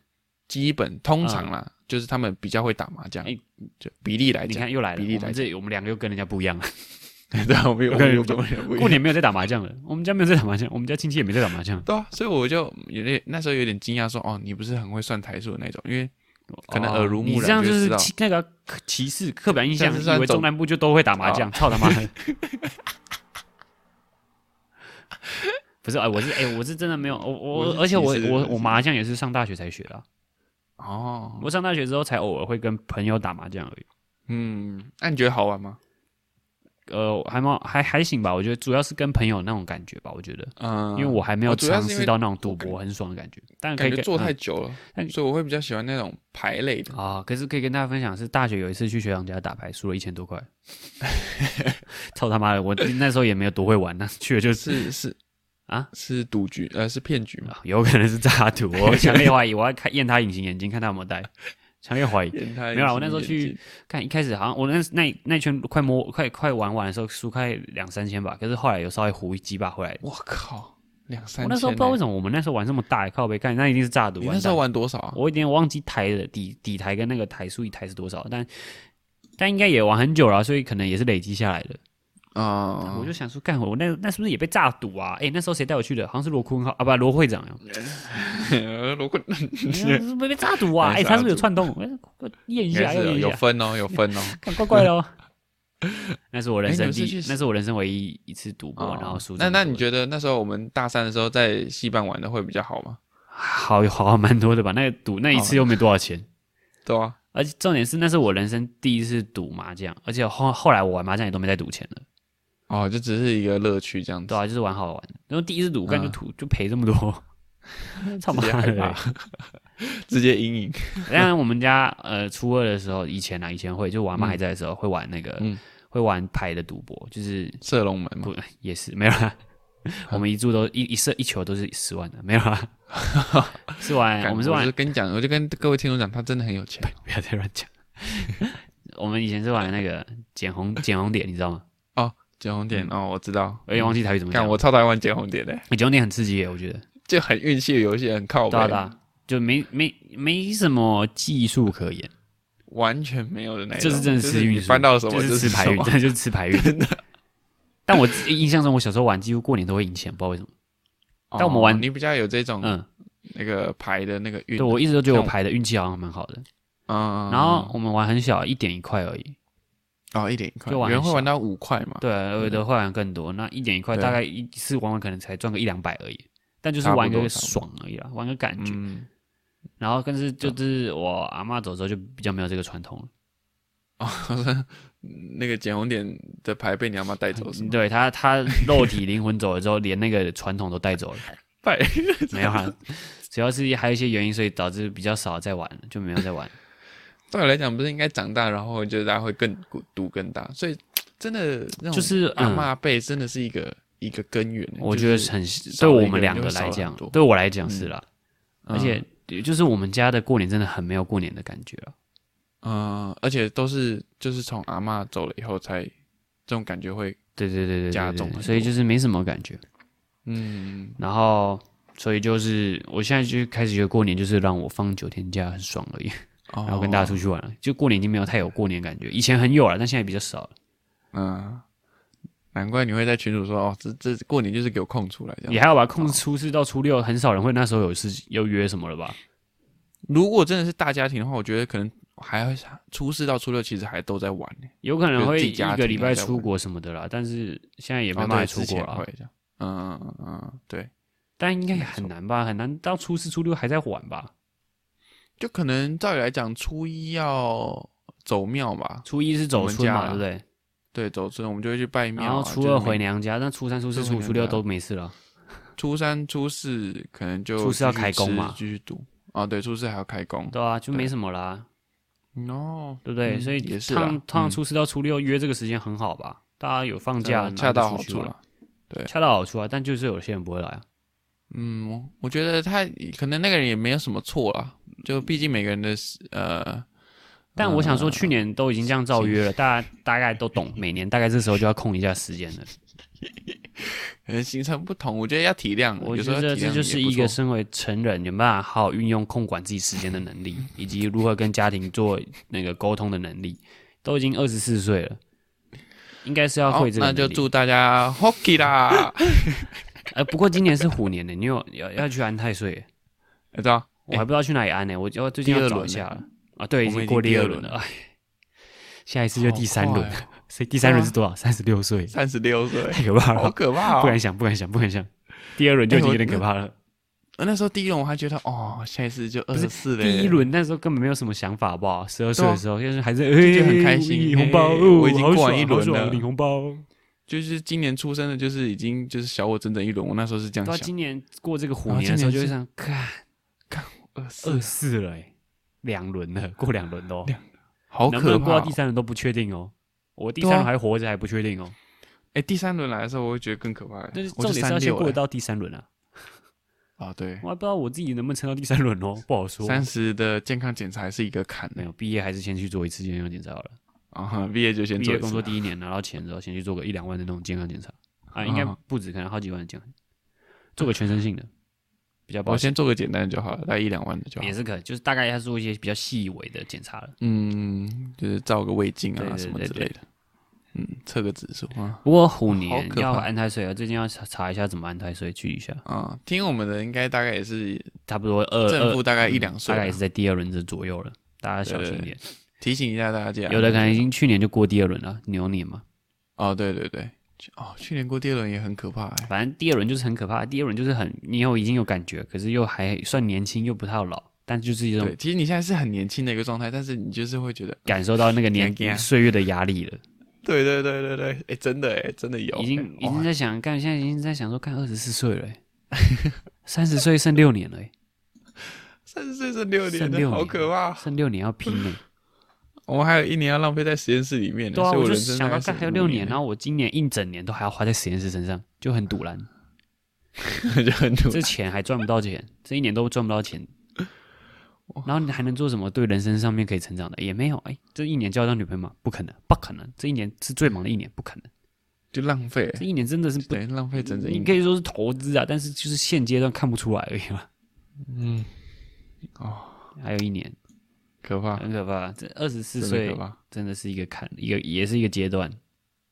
S1: 基本通常啦，就是他们比较会打麻将
S2: 哎，
S1: 就比例来
S2: 你
S1: 讲
S2: 看，又来了，
S1: 比例
S2: 我
S1: 来
S2: 们这我们两个又跟人家不一样了。
S1: 对，啊我们有
S2: 我跟你
S1: 我们有不一样
S2: 过年没有在打麻将了，我们家没有在打麻将，我们家亲戚也没在打麻将，
S1: 对啊，所以我就有点那时候有点惊讶，说哦，你不是很会算台数的那种，因为可能耳濡目染
S2: 哦你这样就
S1: 就是
S2: 是
S1: 知道
S2: 歧那个刻歧视、刻板印象
S1: 这样，是算哦
S2: 以为
S1: 走
S2: 中南部就都会打麻将，操他妈 的！不是，哎，我是哎，我是真的没有，我
S1: 我
S2: 我
S1: 是
S2: 而且我
S1: 歧视
S2: 我
S1: 人
S2: 我
S1: 是
S2: 麻将也是上大学才学的啊、
S1: 哦，
S2: 我上大学之后才偶尔会跟朋友打麻将而已。
S1: 嗯，那你觉得好玩吗？
S2: 呃，还蛮还还行吧，我觉得主要是跟朋友那种感觉吧，我觉得，
S1: 嗯，
S2: 因为我还没有
S1: 哦主要
S2: 尝
S1: 是因为
S2: 试到那种赌博很爽的感觉，但可
S1: 感
S2: 以
S1: 觉
S2: 跟
S1: 坐太
S2: 嗯
S1: 久了，
S2: 但
S1: 所以我会比较喜欢那种牌类的。
S2: 啊、可是可以跟大家分享是大学有一次去学长家打牌，输了一千多块， 操他妈的！我那时候也没有多会玩呢、去了就是、
S1: 是是
S2: 啊，
S1: 是赌局呃是骗局嘛？
S2: 啊有可能是诈赌，我强烈怀疑，我要看验他隐形眼镜，看他有没有戴，强烈怀疑。
S1: 变态
S2: 没有啦我那时候去看一开始好像我那那那圈快摸快快玩完的时候输快两三千吧，可是后来有稍微胡几把回来。
S1: 我靠，两三千欸、
S2: 我那时候不知道为什么我们那时候玩这么大，靠北看那一定是诈赌。
S1: 你
S2: 完
S1: 那时候
S2: 蛋
S1: 玩多少啊？
S2: 我有点忘记台的底底台跟那个台数一台是多少，但但应该也玩很久了啊、所以可能也是累积下来的。
S1: 啊、
S2: 我就想说，干我那那是不是也被诈赌啊？哎、那时候谁带我去的？好像是罗坤浩啊，不罗会长啊，
S1: 如 果
S2: 哎是不是被诈赌啊？
S1: 被
S2: 哎、
S1: 诈
S2: 他是不是有
S1: 赌
S2: 串通？哎我验一
S1: 应
S2: 下，
S1: 该
S2: 要
S1: 是有
S2: 验一
S1: 有
S2: 下，
S1: 分哦，有 分哦。
S2: 看怪怪 的哦。那是我
S1: 哎
S2: 人
S1: 你
S2: 生
S1: 们
S2: 第
S1: 是去
S2: 一，那是我人生唯一一次赌博，
S1: 哦
S2: 然后输这
S1: 那
S2: 么多。
S1: 那你觉得那时候我们大三的时候在戏班玩的会比较好吗？
S2: 好好蛮多的吧？那个赌那一
S1: 哦
S2: 次又没多少钱，
S1: 对啊，
S2: 而且重点是那是我人生第一次赌麻将，而且后后来我玩麻将也都没再赌钱了。
S1: 哦，就只是一个乐趣这样子
S2: 对。啊，就是玩好玩的。然后第一次赌，干就
S1: 嗯
S2: 吐，就赔这 么多，操
S1: 直
S2: 妈
S1: 接害
S2: 的！
S1: 怕，直接阴影。
S2: 当然，我们家呃初二的时候，以前啊，以前会就我阿 妈
S1: 嗯
S2: 还在的时候，会玩那个，
S1: 嗯
S2: 会玩牌的赌博，就是
S1: 射龙门嘛，
S2: 不也是没有 啦。我们一注都一一射一球都是十万的，没有 啦。是玩
S1: 干
S2: 我们是
S1: 我
S2: 玩
S1: 就，跟你讲，我就跟各位听众讲，他真的很有钱。哦
S2: 不要再乱讲。我们以前是玩那个捡红捡红点，你知道吗？
S1: 捡红点、哦，我知道，
S2: 嗯我有点忘记台语怎么
S1: 看
S2: 讲。哎
S1: 我超讨厌玩捡红点的，
S2: 捡红点很刺激耶，我觉得。
S1: 就很运气的游戏，很靠
S2: 对啊
S1: 背
S2: 对，啊，就没没没什么技术可言。
S1: 完全没有的那种。
S2: 这是真的
S1: 就是
S2: 吃运
S1: 你
S2: 输
S1: 翻到什么
S2: 就是吃
S1: 什
S2: 牌运，
S1: 么
S2: 真的 就是吃牌运。但我印象中，我小时候玩几乎过年都会赢钱，不知道为什么。但我们玩
S1: 哦你比较有这种
S2: 嗯，
S1: 那个牌的那个运啊。
S2: 对我一直都觉得我
S1: 像
S2: 排的运气好像蛮好的。
S1: 嗯，
S2: 然后我们玩很小，一点一块而已。
S1: 哦一点一块，
S2: 就
S1: 有
S2: 玩
S1: 人
S2: 很
S1: 会玩
S2: 小
S1: 到五块嘛？
S2: 对，有的会玩更多，那一点一块，
S1: 啊嗯对啊
S2: 大概一次玩玩可能才赚个一两百而已。但就是
S1: 差不
S2: 玩个
S1: 多差不多
S2: 爽而已啦，玩个感觉。
S1: 嗯，啊
S2: 然后，但是就是我阿妈走之后，就比较没有这个传统了。
S1: 哦，那个捡红点的牌被你阿妈带走是吗？
S2: 对她，她肉体灵魂走了之后， 连那个传统都带走了。
S1: 拜，
S2: 没有啊，主要是还有一些原因，所以导致比较少在玩，就没有在玩。
S1: 对我来讲，不是应该长大，然后就是大家会更赌更大，所以真的那种
S2: 就是
S1: 阿
S2: 嗯
S1: 妈辈真的是一个一个根源欸。
S2: 我
S1: 就
S2: 觉得
S1: 是
S2: 很
S1: 少
S2: 对
S1: 了
S2: 我
S1: 一个
S2: 们两
S1: 就
S2: 个
S1: 少
S2: 来
S1: 了很
S2: 讲
S1: 多，
S2: 对我来讲
S1: 嗯
S2: 是啦，
S1: 嗯
S2: 而且就是我们家的过年真的很没有过年的感觉了。
S1: 嗯，而且都是就是从阿嬷走了以后才这种感觉会，
S2: 对对对对对
S1: 加
S2: 对
S1: 重很
S2: 所以就是没什么感觉。
S1: 嗯，
S2: 然后，所以就是我现在就开始觉得过年就是让我放九天假很爽而已，
S1: 然
S2: 然后跟大家出去玩了。就过年已经没有太有过年感觉，以前很有了，但现在比较少了，
S1: 嗯，难怪你会在群主说哦，这这过年就是给我空出来这
S2: 也
S1: 样。
S2: 还好吧。空初四到初六，很少人会那时候有事情又约什么了吧？
S1: 嗯如果真的是大家庭的话，我觉得可能还会初四到初六其实还都在玩呢、
S2: 有可能
S1: 就
S2: 会
S1: 是自
S2: 一
S1: 己家
S2: 个礼
S1: 庭啊
S2: 拜
S1: 在玩
S2: 出国什么的啦，但是现在也
S1: 也
S2: 没办法出国啊了。
S1: 会这样。嗯嗯嗯嗯，对，
S2: 但应该也
S1: 没
S2: 很
S1: 错
S2: 难吧？很难到初四、初六还在玩吧？
S1: 就可能照理来讲，初一要走庙吧，
S2: 初一是走
S1: 我们
S2: 春
S1: 家
S2: 嘛，
S1: 啦
S2: 对不对？
S1: 对，走村我们就会去拜庙、
S2: 然
S1: 啊。
S2: 后初
S1: 就是
S2: 二
S1: 每
S2: 回，娘家，那初三、初四、
S1: 初
S2: 初
S1: 二
S2: 五、
S1: 回
S2: 初六
S1: 娘家
S2: 都没事了。
S1: 初三、初四可能就
S2: 初四要
S1: 继续
S2: 开工
S1: 吃
S2: 嘛
S1: 继续读。啊，对，初四还要开工。
S2: 对啊，就
S1: 对
S2: 没什么啦，
S1: 哦，
S2: 对不对？
S1: 嗯
S2: 所以
S1: 也是啦
S2: 趟趟
S1: 嗯
S2: 初四到初六约这个时间很好吧？大家有放
S1: 对啊
S2: 假，
S1: 恰到
S2: 然后
S1: 好
S2: 就出去
S1: 处
S2: 玩
S1: 了。，对
S2: 恰到好处啊。但就是有些人不会来啊，
S1: 嗯，我我觉得他可能那个人也没有什么错啦，就毕竟每个人的呃，
S2: 但我
S1: 嗯
S2: 想说，去年都已经这样照约了，大家大概都 懂，每年大概这时候就要空一下时间了。
S1: 可能行呃程不同，我觉得要体谅，
S2: 我
S1: 有
S2: 觉
S1: 时候
S2: 得
S1: 要体
S2: 这
S1: 谅
S2: 就是
S1: 也不
S2: 一
S1: 错
S2: 个身为成人有没有办法好好运用控管自己时间的能 力，以及如何跟家庭做那个沟通的能力。都已经二十四岁了，应该是要
S1: 好
S2: 会，这个
S1: 那
S2: 能力。
S1: 就祝大家 hockey 啦，
S2: 呃，不过今年是虎年呢，你有要要去安太岁耶，
S1: 你知 道？
S2: 我还不知道去哪里安呢，我要最
S1: 哎
S2: 近
S1: 第
S2: 要
S1: 二
S2: 找
S1: 轮
S2: 一
S1: 呢
S2: 下了。啊，对，已
S1: 我们已
S2: 经过
S1: 经
S2: 第
S1: 第
S2: 二
S1: 二
S2: 轮
S1: 轮
S2: 了，哎，下一次就第三轮，所以第
S1: 对
S2: 三轮
S1: 啊
S2: 是多少？三十六岁，
S1: 三十六岁，
S2: 太可怕
S1: 好
S2: 了，
S1: 可怕
S2: 不
S1: 哦
S2: 敢！想，不敢想，不敢想。第二轮就已
S1: 哎
S2: 经
S1: 我
S2: 有点可怕了，
S1: 那时候第一轮我还觉得哦，下一次就二
S2: 是
S1: 十四嘞，
S2: 第一轮那时候根本没有什么想法，好不好？十二岁
S1: 对啊
S2: 的时候，就是还是
S1: 就
S2: 哎，
S1: 很开心
S2: 领红包，
S1: 哎
S2: 哦
S1: 我已经
S2: 好
S1: 过完
S2: 爽
S1: 一
S2: 好
S1: 轮
S2: 爽
S1: 了
S2: 领红包。
S1: 就是今年出生的，就是已经就是小我整整一轮，我那时候是这样
S2: 到
S1: 想，
S2: 今年过这个虎
S1: 然后
S2: 年
S1: 哦
S2: 的
S1: 今
S2: 时候，
S1: 年
S2: 就会
S1: 是
S2: 想，看
S1: 二
S2: 二
S1: 四
S2: 四了，哎，两轮了， 过两轮喽。
S1: 好
S2: 能不能
S1: 可
S2: 过
S1: 怕哦
S2: 到第！三轮都不确定哦。我第
S1: 对
S2: 三
S1: 啊
S2: 轮还活着还不确定哦，
S1: 哎，第三轮来的时候，我会觉得更可怕欸，
S2: 但是
S1: 我
S2: 重点是要先
S1: 36
S2: 过
S1: 欸
S2: 得到第三轮啊。
S1: 啊，对
S2: 我，还不知道我自己能不能撑到第三轮哦，不好说。
S1: 三十的健康检查还是一个坎
S2: 没
S1: 呢
S2: 有毕业还是先去做一次健康检查好了。
S1: 啊，毕业就先
S2: 毕
S1: 做
S2: 业
S1: 一
S2: 工
S1: 次
S2: 作第一年拿到钱之后，先去做个一两万的那种健康检查啊，
S1: 嗯
S2: 应该不止，可能好几万的健康，做个全身性的比较保
S1: 我
S2: 险，
S1: 先做个简单的就好了，大概一两万的就好
S2: 也。是可以，就是大概要做一些比较细微的检查了。
S1: 嗯，就是照个胃镜
S2: 对
S1: 啊
S2: 对
S1: 什么
S2: 对
S1: 之类的。嗯，测个指数啊
S2: 不过虎年
S1: 好可怕
S2: 要安胎税啊，最近要查查一下怎么安胎税，去一下，
S1: 啊，听我们的应该大概也是
S2: 差不多二
S1: 正
S2: 二
S1: 负大概一两岁啊
S2: 大
S1: 啦
S2: 概也，是在第二轮子左右了，大家小心一点。
S1: 提醒一下大家。啊
S2: 有的可能已经去年就过第二轮了，牛年嘛，
S1: 哦，对对对，哦，去年过第二轮也很可怕哎。
S2: 反正第二轮就是很可怕，第二轮就是很你有已经有感觉，可是又还算年轻又不太老，但就是一种
S1: 对，其实你现在是很年轻的一个状态，但是你就是会觉得，
S2: 感受到那个
S1: 怕怕
S2: 年岁月的压力了，
S1: 对对对对对，哎，真的哎，真的有，
S2: 已经
S1: 哎
S2: 已
S1: 哇
S2: 经在想干，现在已经在想说干二十四岁了、欸， 三十岁剩六年了、欸，
S1: 三十岁剩六
S2: 剩
S1: 年
S2: 六
S1: 了，好
S2: 年
S1: 可怕！
S2: 剩六年要拼 呢、欸。
S1: 我们还有一年要浪费在实验室里面呢，
S2: 对啊，
S1: 所以
S2: 我就
S1: 人生
S2: 想
S1: 大
S2: 到
S1: 概剩
S2: 干
S1: 欸
S2: 还有
S1: 五
S2: 六年，
S1: 呢
S2: 然后我今年一整年都还要花在实验室身上，就很 堵然，
S1: 就很努
S2: 这钱还赚不到钱，这一年都赚不到钱。然后你还能做什么对人生上面可以成长的？也没有。哎，这一年交到女朋友吗？不可能，不可能。这一年是最忙的一年，不可能。
S1: 就浪费欸，
S2: 这一年真的是 不，
S1: 对，浪费整整一
S2: 你
S1: 年
S2: 可。以说是投资啊，但是就是现阶段看不出来而已嘛。
S1: 嗯，哦，
S2: 还有一年，
S1: 可怕，
S2: 很可怕。这二十
S1: 啊
S2: 四
S1: 真的可
S2: 岁
S1: 怕，
S2: 真的是一个坎，一个也是一个阶段，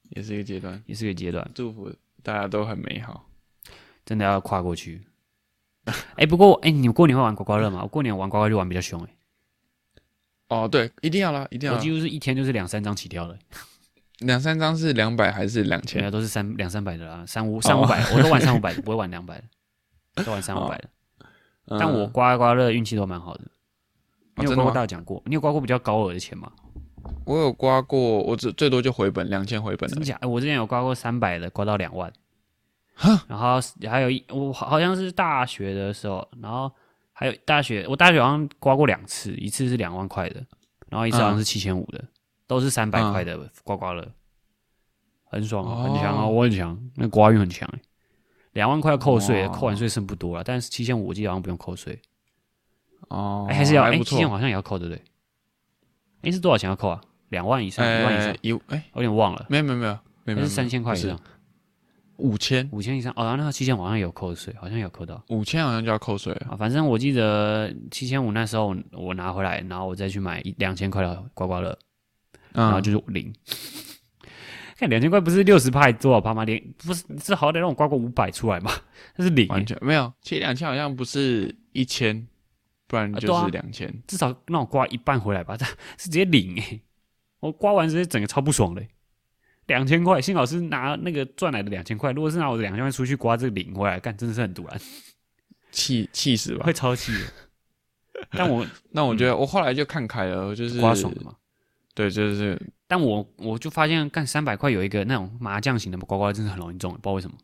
S1: 也是一个阶段。
S2: 也是一个阶段，
S1: 祝福大家都很美好。
S2: 真的要跨过去。 哎、不过哎、你们过年会玩刮刮乐吗？我过年玩刮刮乐玩比较凶哎、
S1: 哦，对，啊一定要啦，一定要
S2: 我
S1: 啦
S2: 几。乎是一天就是两三张起跳了、
S1: 两三张是两百还是两
S2: 全
S1: 千
S2: 家？都是三两三百的啦，三五
S1: 哦
S2: 三五百， 我都玩三五百的，不会玩两百的，都玩三五百的。
S1: 嗯
S2: 但我刮刮乐运气都蛮好的。
S1: 哦
S2: 你有
S1: 真的
S2: 刮过
S1: 吗？
S2: 大奖过？你有刮过比较高额的钱吗？
S1: 我有刮过，我最最多就回本两千回本
S2: 真
S1: 而已
S2: 假？哎我之前有刮过三百的，刮到两万。然后还有一，我好好像是大学的时候，然后还有大学，我大学好像刮过两次，一次是两万块的，然后一次好像是七千五的，都是三百
S1: 嗯
S2: 块的刮刮乐，很爽啊，
S1: 哦
S2: 很强啊，我很强，那刮运很强哎、两万块要扣税，
S1: 哇
S2: 扣完税剩不多了，但是七千五我记得好像不用扣税，
S1: 哦，
S2: 哎、还是要哎，
S1: 不
S2: 七
S1: 错
S2: 千。五好像也要扣对不对？哎，是多少钱要扣啊？两万以上，一万以上
S1: 呃，，一哎，
S2: 我有点忘了，
S1: 没有没有没有没有没
S2: 还
S1: 有，
S2: 是三千块以上？
S1: 五千
S2: 五千以上哦，然后那个七千好像有扣税，好像有扣到
S1: 五千好像就要扣税了。
S2: 啊。反正我记得七千五那时候我我拿回来，然后我再去买一两千块的刮刮乐，然后
S1: 嗯，
S2: 就是零。 看两千块不是六十派多少趴吗？连不是是好歹让我刮过五百出来嘛， 那是零欸、
S1: 完全没有。其实两千好像不是一千，不然就
S2: 啊
S1: 是
S2: 对
S1: 两千。
S2: 至少让我刮一半回来吧，这是直接零哎、 我刮完直接整个超不爽嘞、两千块，幸好是拿那个赚来的两千块，如果是拿我的两千块出去刮这个零回来，干真的是很堵然，
S1: 气气死吧
S2: 会！超气的。但我
S1: 那我觉得我后来就看开了，就是
S2: 嗯刮爽了嘛，
S1: 对，就是
S2: 但我我就发现干三百块有一个那种麻将型的刮刮乐，真的很容易中，不知道为什么。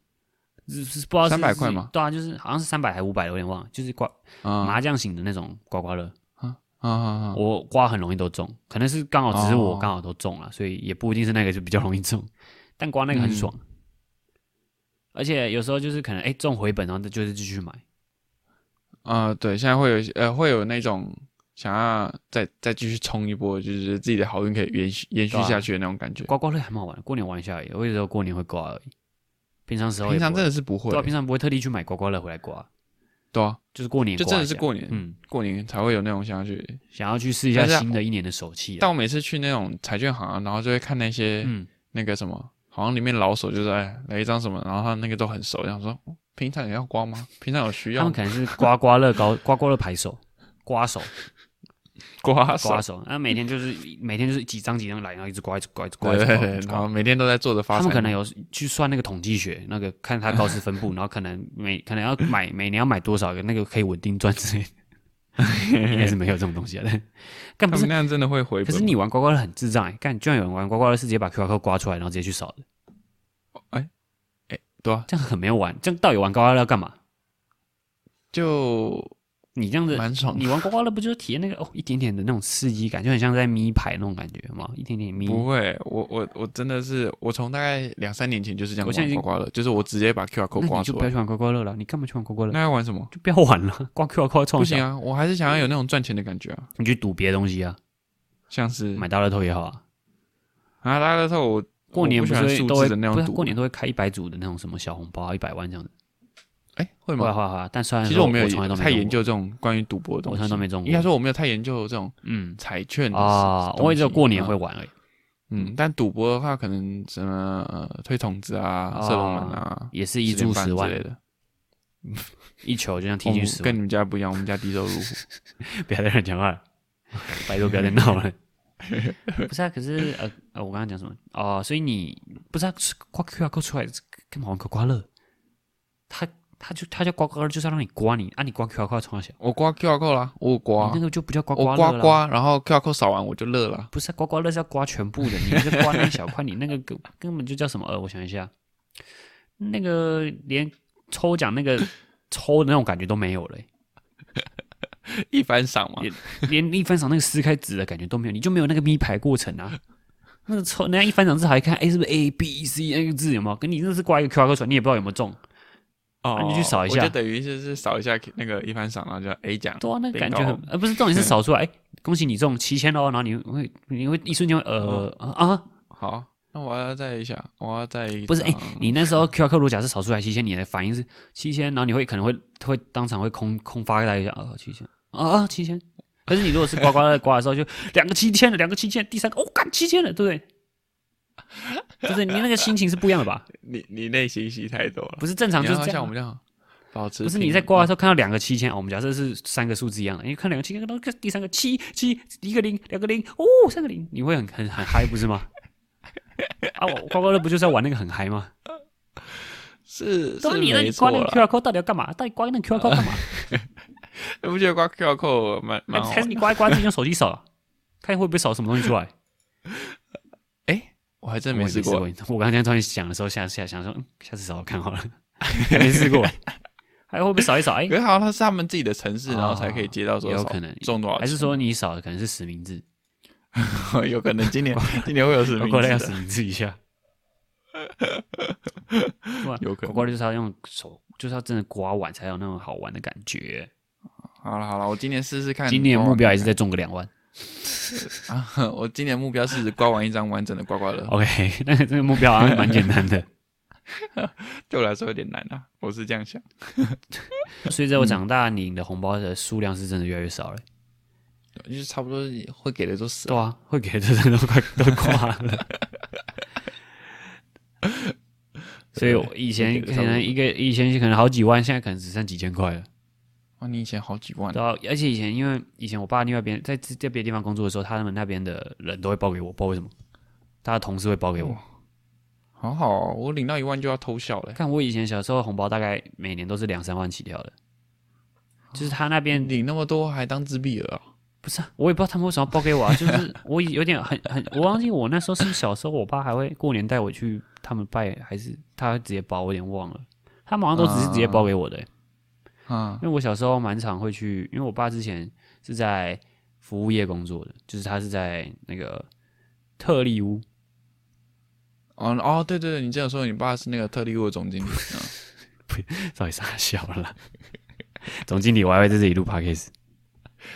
S2: 是是不知道是
S1: 300
S2: 是
S1: 块吗
S2: 对啊，就是好像是三百还五百，我有点忘了。就是刮、
S1: 啊
S2: 麻将型的那种刮刮乐，
S1: 啊啊！
S2: 我刮很容易都中，可能是刚好只是我
S1: 哦
S2: 刚好都中了，所以也不一定是那个就比较容易中，但刮那
S1: 嗯
S2: 个很爽。而且有时候就是可能哎、中回本，然后就是继续买。
S1: 啊、对，现在会有一些呃，会有那种想要再再继续冲一波，就是自己的好运可以延续延续
S2: 对啊
S1: 下去的那种感觉。
S2: 刮刮乐还蛮好玩的，过年玩一下而已。我有时候过年会刮而已，平常时候也
S1: 平常
S2: 不会
S1: 真的是不会
S2: 对、，啊，平常不会特地去买刮刮乐回来刮，
S1: 对啊，
S2: 就是过年
S1: 就
S2: 刮
S1: 真的
S2: 一
S1: 是
S2: 下
S1: 过年、
S2: 嗯，
S1: 过年才会有那种想要去。
S2: 想要去试一下
S1: 但是啊
S2: 新的一年的手气啊。
S1: 但我每次去那种彩券行、啊，然后就会看那些、
S2: 嗯，
S1: 那个什么，好像里面老手就是哎来一张什么，然后他那个都很熟，想说哦平常也要刮吗？平常有需
S2: 他
S1: 要
S2: 们
S1: 吗
S2: 可能是刮刮乐高 刮刮乐牌手、刮手、
S1: 刮手
S2: 刮。手，那每天就是每天就是几张几张来，然后一直刮，一直刮，一直刮，一
S1: 对
S2: 直
S1: 对
S2: 刮。
S1: 对
S2: 一直，
S1: 然后
S2: 刮
S1: 每天都在做着发
S2: 他
S1: 财
S2: 们
S1: 梦。
S2: 可能有去算那个统计学，那个看它高斯分布，然后可能每可能要买每年要买多少个那个可以稳定赚之类 的，应该是没有这种东西啊。但干不
S1: 他
S2: 是
S1: 们那样真的会回本
S2: 可
S1: 吗。
S2: 是你玩刮刮乐很智障哎、干居然有人玩刮刮乐是直接把 QR code 刮出来，然后直接去扫的，
S1: 对啊，
S2: 这样很没有玩。这样到底玩刮刮乐要干嘛？
S1: 就
S2: 你这样子
S1: 蛮爽的。
S2: 你玩刮刮乐不就是体验那个哦一点点的那种刺激感，就很像在咪牌那种感觉嘛，一点点咪。
S1: 不会，我我我真的是，我从大概两三年前就是这样
S2: 我现在
S1: 玩
S2: 已经
S1: 刮刮乐，就是我直接把 QR
S2: 那
S1: code 刮
S2: 你就
S1: 出
S2: 不要
S1: 来。
S2: 去玩刮刮乐了，你干嘛去玩刮刮乐？
S1: 那要玩什么？
S2: 就不要玩了， 刮 Q R code
S1: 不
S2: 创
S1: 行
S2: 想，
S1: 啊，我还是想要有那种赚钱的感觉啊，
S2: 你去赌别的东西啊，
S1: 像是
S2: 买大乐透也好啊。
S1: 啊拉乐透，我
S2: 过年
S1: 我不喜
S2: 是
S1: 欢
S2: 会
S1: 数
S2: 都
S1: 字
S2: 会
S1: 的那
S2: 不
S1: 种
S2: 是啊
S1: 赌，
S2: 过年都会开一百组的那种什么小红包啊，一百万这样子。
S1: 哎会
S2: 会啊
S1: 吗？
S2: 会啊会啊，但虽然
S1: 其实
S2: 说
S1: 我没
S2: 我从来
S1: 有
S2: 都没
S1: 太
S2: 中
S1: 研
S2: 过，
S1: 究这种关于赌博的
S2: 我
S1: 东
S2: 从来
S1: 西
S2: 都，没中过。
S1: 应该说我没有太研究这种
S2: 嗯
S1: 彩券的
S2: 啊，
S1: 东西
S2: 我也只有过年会，玩而已。
S1: 嗯，嗯但赌博的话，可能什么呃推筒子啊、射龙门啊、
S2: 也是一
S1: 10
S2: 注
S1: 连板
S2: 十万
S1: 之类，的。
S2: 一球就像踢
S1: 我
S2: 进
S1: 们
S2: 十
S1: 跟
S2: 万。
S1: 你们家不一样，我们家低收入户。
S2: 不要再乱讲话 了，拜托不要再闹了。 不是啊，可是呃呃，我刚刚讲什么？哦、所以你不是啊，刮 QR code 出来干嘛玩刮刮乐？他他就他叫刮刮乐，就是要让你刮你啊，你刮 QR code 从小，
S1: 我刮 QR code 啦，我有刮
S2: 你那，个就不叫刮
S1: 我
S2: 刮乐
S1: 刮
S2: 啦。
S1: 刮，然后 QR code 扫完我就乐了。
S2: 不是啊、刮刮乐是要刮全部的，你这刮那一小块，你那个根根本就叫什么？呃，我想一下，那个连抽奖那个抽的那种感觉都没有了欸、
S1: 一番赏嘛
S2: 也，连一翻赏那个撕开纸的感觉都没有，你就没有那个咪牌过程啊。那个抽，人家一翻赏字还看，哎、是不是 A B C 那个字有没有？跟你那是挂一个 QR code 出来，你也不知道有没有中。
S1: 哦
S2: 啊那你去扫一下
S1: 我就等于就是扫一下那个一番赏，然后就 A 奖。
S2: 对啊，那个感觉
S1: Bingo
S2: 很，呃，不是重 点是扫出来，哎、恭喜你中七千哦，然后你会你会一瞬间会呃、啊，
S1: 好，那我要再一下，我要再一啊
S2: 不是哎、
S1: 张
S2: 你那时候 QR code 如果假设扫出来七千，你的反应是七千，然后你会可能会会当场会空空发呆一下，啊七千啊七千。可是你如果是刮刮乐刮 的时候，就两个七千了，两个七千，第三个哦干七千了，对 不对？就是你那个心情是不一样的吧？
S1: 你你内心戏太多了，
S2: 不是正常
S1: 你
S2: 就
S1: 要
S2: 是这
S1: 像我们
S2: 样
S1: 啊
S2: 啊。
S1: 这样。保持
S2: 不是
S1: 平
S2: 你在
S1: 衡
S2: 挂的时候看到两个七千，哦，我们假设是三个数字一样的，你哎看两个七千，看到第三个七七一个零两个零，哦，三个零，你会很很很嗨不是吗？ 啊，我刮刮乐不就是要玩那个很嗨吗？
S1: 是是
S2: 都是啊你那
S1: 没
S2: 你刮
S1: 错啊
S2: 那个
S1: 啦
S2: QR code 到底要干嘛？到底刮那个 QR code 干嘛？
S1: 你不觉得刮 QR code 蛮蛮
S2: 还
S1: 好啊
S2: 还
S1: 玩？
S2: 是哎你刮一刮自己用手机扫， 看会不会扫什么东西出来？
S1: 我还真
S2: 我
S1: 没
S2: 也
S1: 试过，
S2: 我刚刚这样突然想的时候，下下想说，嗯下次扫我看好 了，还没试过，还会不会扫一扫？哎
S1: 可，是好像是他们自己的城市，然后才可以接到说
S2: 哦有
S1: 少
S2: 可能
S1: 中多少钱，
S2: 还是说你扫的可能是实名制？
S1: 有可能今 年今年会有什么
S2: 我过来要实名制一 下。
S1: 有可能
S2: 我过来就是要用手，就是要真的刮完才有那种好玩的感觉。
S1: 好了好了，我今年试试看。
S2: 今年目标也是在中个两万。
S1: 啊，我今年目标是刮完一张完整的刮刮
S2: 哦
S1: 乐，
S2: OK，那个这个目标好像蛮简单的。
S1: 对我来说有点难啊，我是这样想。
S2: 随着我长大，领的红包的数量是真的越来越少了。
S1: 就是差不多会给的都死了。
S2: 对啊，会给的人都快都挂了。 所以我以前可能一个以前可能好几万，现在可能只剩几千块了。
S1: 哇，你以前好几万
S2: 对啊，而且以前因为以前我爸另外一边在这在别的地方工作的时候，他们那边的人都会包给我，不知道为什么，他的同事会包给我。
S1: 好好哦、我领到一万就要偷笑嘞。
S2: 看我以前小时候红包大概每年都是两三万起跳的，就是他那边
S1: 领那么多还当自闭了、啊？
S2: 不是、啊，我也不知道他们为什么要包给我啊， 就是我有点很很，我忘记我那时候是小时候，我爸还会过年带我去他们拜，还是他会直接包，我有点忘了。他们好像都只是直接包给我的欸、
S1: 啊，
S2: 因为我小时候蛮常会去，因为我爸之前是在服务业工作的，就是他是在那个特利屋，
S1: 哦哦，对对对，你这样说，你爸是那个特利屋的总经理。嗯
S2: 到底傻笑了 啦。总经理，我还会在这里录 podcast。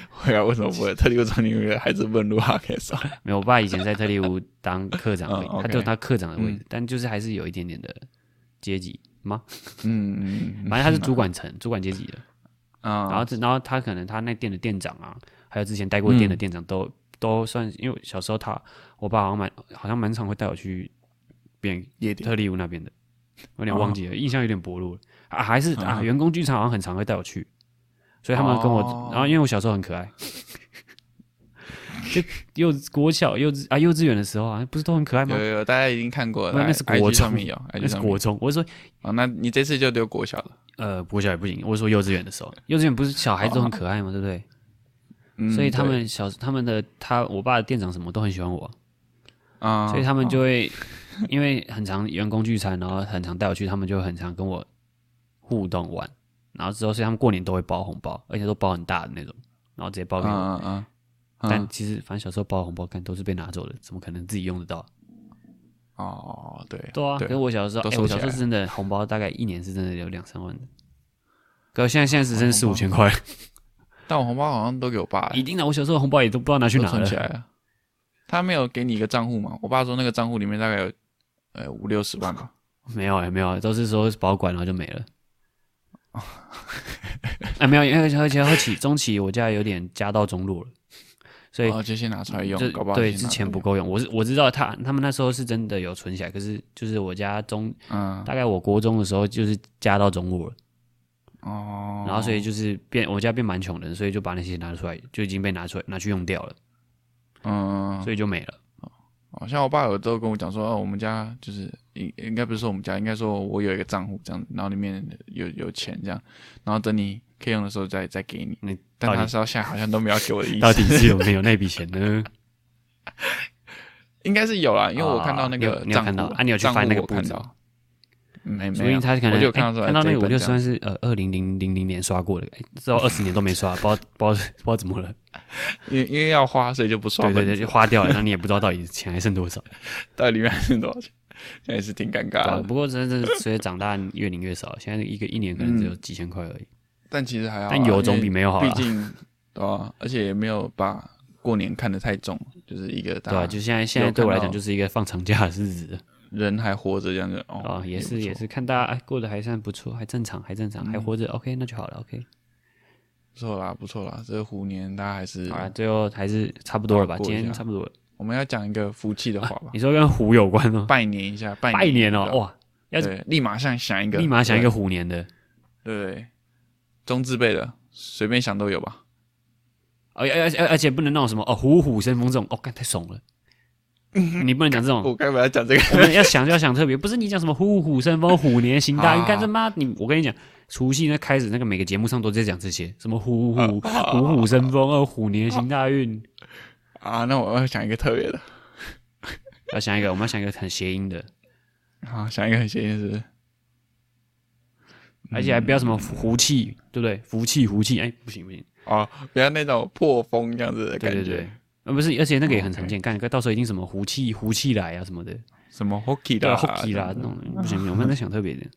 S1: 会啊，为什么不会？特利屋总经理还是问路哈开始。
S2: 没有，我爸以前在特利屋当科长而
S1: 嗯
S2: 已，
S1: ，OK
S2: 他就有他科长的位置，但就是还是有一点点的阶级吗？
S1: 嗯，
S2: 反正他是主管层、主管阶级的。然
S1: 啊
S2: 后这，然后他可能他那店的店长啊，还有之前带过店的店长都、都算，因为小时候他我爸好像蛮好像蛮常会带我去别人
S1: 夜店
S2: 特利屋那边的，我有点忘记了，印象有点薄弱了啊，还是啊，
S1: 嗯
S2: 员工剧场好像很常会带我去，所以他们跟我，
S1: 哦
S2: 然后因为我小时候很可爱， 就幼稚国小幼稚啊幼稚园的时候啊，不是都很可爱吗
S1: 有？有有，大家已经看过了，
S2: 不是那是
S1: I-
S2: 国
S1: IG
S2: 中
S1: 上面有，IG
S2: 那是
S1: 上面有
S2: 国中，我是说
S1: 啊，那你这次就丢国小了。
S2: 呃国小也不行，我是说幼稚园的时候，幼稚园不是小孩子都很可爱吗？对不对？
S1: 哦嗯
S2: 所以他们小他们的他我爸的店长什么都很喜欢我啊、
S1: 对啊，
S2: 所以他们就会、因为很常员工聚餐，然后很常带我去，他们就很常跟我互动玩，然后之后所以他们过年都会包红包，而且都包很大的那种，然后直接包
S1: 嗯
S2: 给我。
S1: 嗯嗯嗯，
S2: 啊但其实反正小时候包红包干都是被拿走的，怎么可能自己用得到？
S1: 哦对
S2: 对啊，可是我小时候，
S1: 都
S2: 哎、
S1: 收
S2: 我
S1: 起
S2: 小时候
S1: 来
S2: 是真的红包大概一年是真的有两三万的，可现在现在只剩
S1: 哇
S2: 四
S1: 红
S2: 五
S1: 包
S2: 千块，
S1: 但我红包好像都给我爸了，
S2: 一定的。我小时候的红包也都不知道拿
S1: 哎
S2: 去
S1: 都
S2: 哪
S1: 存起
S2: 了，
S1: 来了。他没有给你一个账户吗？我爸说那个账户里面大概有呃五六十万吧。
S2: 没有哎、没有、欸，都是说保管然后就没了。
S1: 哦
S2: 啊，没有，因为而且后期中期我家有点家道中落了，所以
S1: 哦，就先拿出来用
S2: 就，
S1: 搞不好
S2: 对
S1: 先
S2: 之
S1: 拿
S2: 前
S1: 出
S2: 不
S1: 来
S2: 够用。我是我知道他他们那时候是真的有存起来，可是就是我家中
S1: 嗯
S2: 大概我国中的时候就是家道中落了，
S1: 哦，
S2: 然后所以就是变我家变蛮穷的，所以就把那些拿出来就已经被拿出来拿去用掉了，
S1: 嗯，
S2: 所以就没了。
S1: 好哦像我爸有时候跟我讲说，哦，我们家就是应应该不是说我们家，应该说我有一个账户这样，然后里面有有钱这样，然后等你可以用的时候再再给你。
S2: 那
S1: 但
S2: 到
S1: 他
S2: 底
S1: 是要现在好像都没有给我的意
S2: 到
S1: 思，
S2: 底是有没有那笔钱呢？
S1: 应该是有啦，因为我看到
S2: 啊
S1: 那
S2: 你有
S1: 个
S2: 你有
S1: 账户
S2: 看到啊你有去翻那个
S1: 账户我看
S2: 簿子
S1: 到，没
S2: 说不
S1: 没
S2: 定
S1: 有，
S2: 他可能
S1: 我就有
S2: 哎
S1: 看到说
S2: 看到那个五六
S1: 十
S2: 十万是呃二零零零零年刷过的，哎，之后二十年都没刷，不知道不知道不知道怎么了，
S1: 因为因为要花，所以就不刷
S2: 对
S1: 本子。
S2: 对对，就花掉了，那你也不知道到底钱还剩 多少。
S1: 到底里面还剩多少钱？现在也是挺尴尬
S2: 对啊
S1: 的，
S2: 不过真的是随着长大越领越少，现在一个一年可能只
S1: 嗯
S2: 有几千块而已，
S1: 但其实还好啊，
S2: 但有总
S1: 因
S2: 比
S1: 为
S2: 没有好
S1: 毕
S2: 啦。
S1: 竟对啊，而且也没有把过年看得太重，就是一个大
S2: 对啊，就现在现在对我来讲就是一个放长假的日子
S1: 人还活着这样子哦，
S2: 啊，也
S1: 不
S2: 是也
S1: 错，嗯
S2: 是看大家哎过得还算不错，还正常，还正常，还活着，OK，那就好了，OK。
S1: 不错啦，不错啦，这个虎年大家还是
S2: 好了，最后还是差不多了吧，
S1: 过一
S2: 今
S1: 下
S2: 天差不多了。
S1: 我们要讲一个福气的话 吧，
S2: 你说跟虎有关哦，
S1: 拜年一下，拜
S2: 拜年
S1: 一下
S2: 哦，哇，要
S1: 对，立马想想一个，
S2: 立马想一个虎年的。
S1: 对不对？中字辈的随便想都有吧。
S2: 而而而而且不能那种什么哦虎虎生风这种哦，干太怂了，你不能讲这种。
S1: 我该不要讲这个
S2: 我们要想就要想特别，不是你讲什么虎虎生风、虎年行大
S1: 好
S2: 运，
S1: 好
S2: 干他妈你！我跟你讲，除夕那开始那个每个节目上都在讲这些，什么虎虎虎虎生风哦，虎年行大运。
S1: 啊？那我要想一个特别的，
S2: 要想一个，我们要想一个很谐音的，
S1: 好，想一个很谐音是不是？
S2: 而且还不要什么福气，对不对？福气福气，哎，不行不行，
S1: 哦，不要那种破风这样子的
S2: 对
S1: 感觉。
S2: 对对，呃不是，而且那个也很常见，干到时候一定什么福气福气来啊什么的，
S1: 什么 hockey
S2: 对
S1: 啦
S2: 啊，hockey 啦那种，不行不行，我们在想特别一点。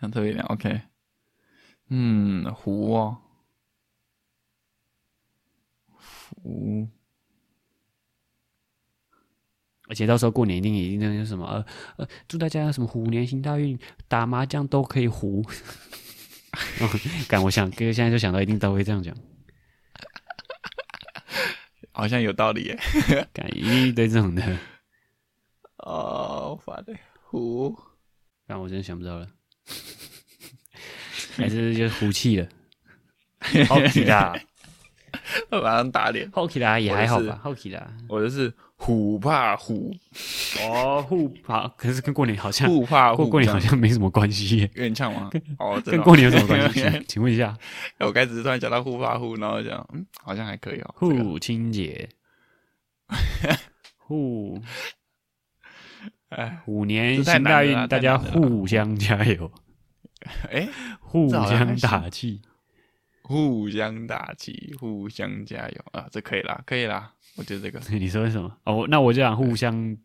S1: 想特别一点。OK，嗯，湖哦，湖
S2: 而且到时候过年一定一定那个什么呃呃，祝大家什么虎年行大运，打麻将都可以胡。敢、我想哥现在就想到一定都会这样讲，
S1: 好像有道理耶。
S2: 敢一定一堆这种的，
S1: 哦，烦的湖，
S2: 但我真的想不到了， 还是就是胡气了。好奇啦，
S1: 马上打脸。
S2: 好奇啦也还好
S1: 啊我也
S2: 吧
S1: 是，
S2: 好奇啊啦。
S1: 我就是虎怕 虎，
S2: 哦，互好，可是跟过年好像
S1: 虎怕
S2: 过
S1: 虎。
S2: 过年
S1: 这
S2: 好
S1: 样
S2: 像没什么关系耶，
S1: 有点呛吗？ 哦，真的
S2: 跟
S1: 哦
S2: 过年有什 么关系？请请问一下，
S1: 我刚才只是突然讲到互发互，然后讲嗯，好像还可以哦。这个
S2: 互清 节，互
S1: 哎
S2: 虎年
S1: 这太
S2: 行
S1: 难
S2: 大
S1: 了
S2: 运
S1: 啦，
S2: 大
S1: 太
S2: 家
S1: 难了啦啊
S2: 互相加油，
S1: 哎，
S2: 互
S1: 这好像
S2: 相
S1: 还
S2: 打气。
S1: 互相打气，互相加油啊，这可以啦，可以啦，我觉得这 个
S2: 你说什么？哦，那我就想互
S1: 哎
S2: 相，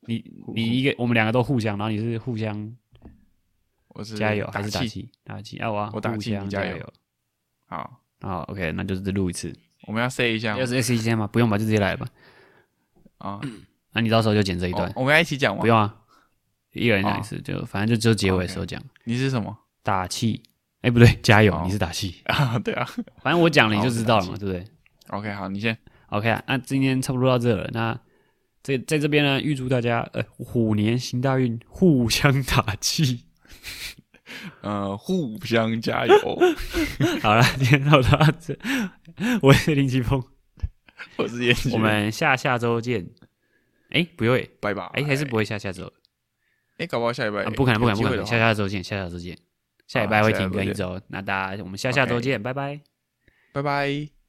S2: 你你一个，我们两个都互相，然后你是互相
S1: 我是
S2: 加油还是打
S1: 打？
S2: 气？打气啊，我啊
S1: 我打
S2: 互
S1: 气你
S2: 相
S1: 加
S2: 加
S1: 油
S2: 油。
S1: 好，
S2: 好，OK，那就是录一次，
S1: 我们要 say 一下
S2: 要是 S 一先吗？不用吧，就直接来吧。
S1: 啊，
S2: 那你到时候就剪这一段
S1: 哦，我们要一起讲吗
S2: 不？用啊，一个人讲一次，就反正就只有结尾的时候讲
S1: 你是什么
S2: 打气。哎，不对，加油
S1: 好！
S2: 你是打气，
S1: 啊？对啊
S2: 反正我讲了你
S1: 好
S2: 就
S1: 我是
S2: 知
S1: 打
S2: 道了嘛，
S1: 气
S2: 对不对？
S1: ，OK，好，你先
S2: OK 啊，那今天差不多到这了。那这在这边呢，预祝大家呃虎年行大运，互相打气。
S1: 呃，互相加油，
S2: 好了，今天到到这， 我是林奇峰，
S1: 我是严谨，
S2: 我们下下周见。哎、不对，
S1: 拜拜，
S2: 哎、还是不会下下周、
S1: 哎，搞不好下礼拜
S2: 啊，不可能，不可能，不可
S1: 有
S2: 能，
S1: 机
S2: 下
S1: 会的话
S2: 下周见，下下周见，下礼
S1: 好
S2: 拜会
S1: 下礼
S2: 停
S1: 拜
S2: 更一
S1: 见
S2: 周。那大家，我们下下周
S1: OK
S2: 见，拜拜。
S1: 拜拜。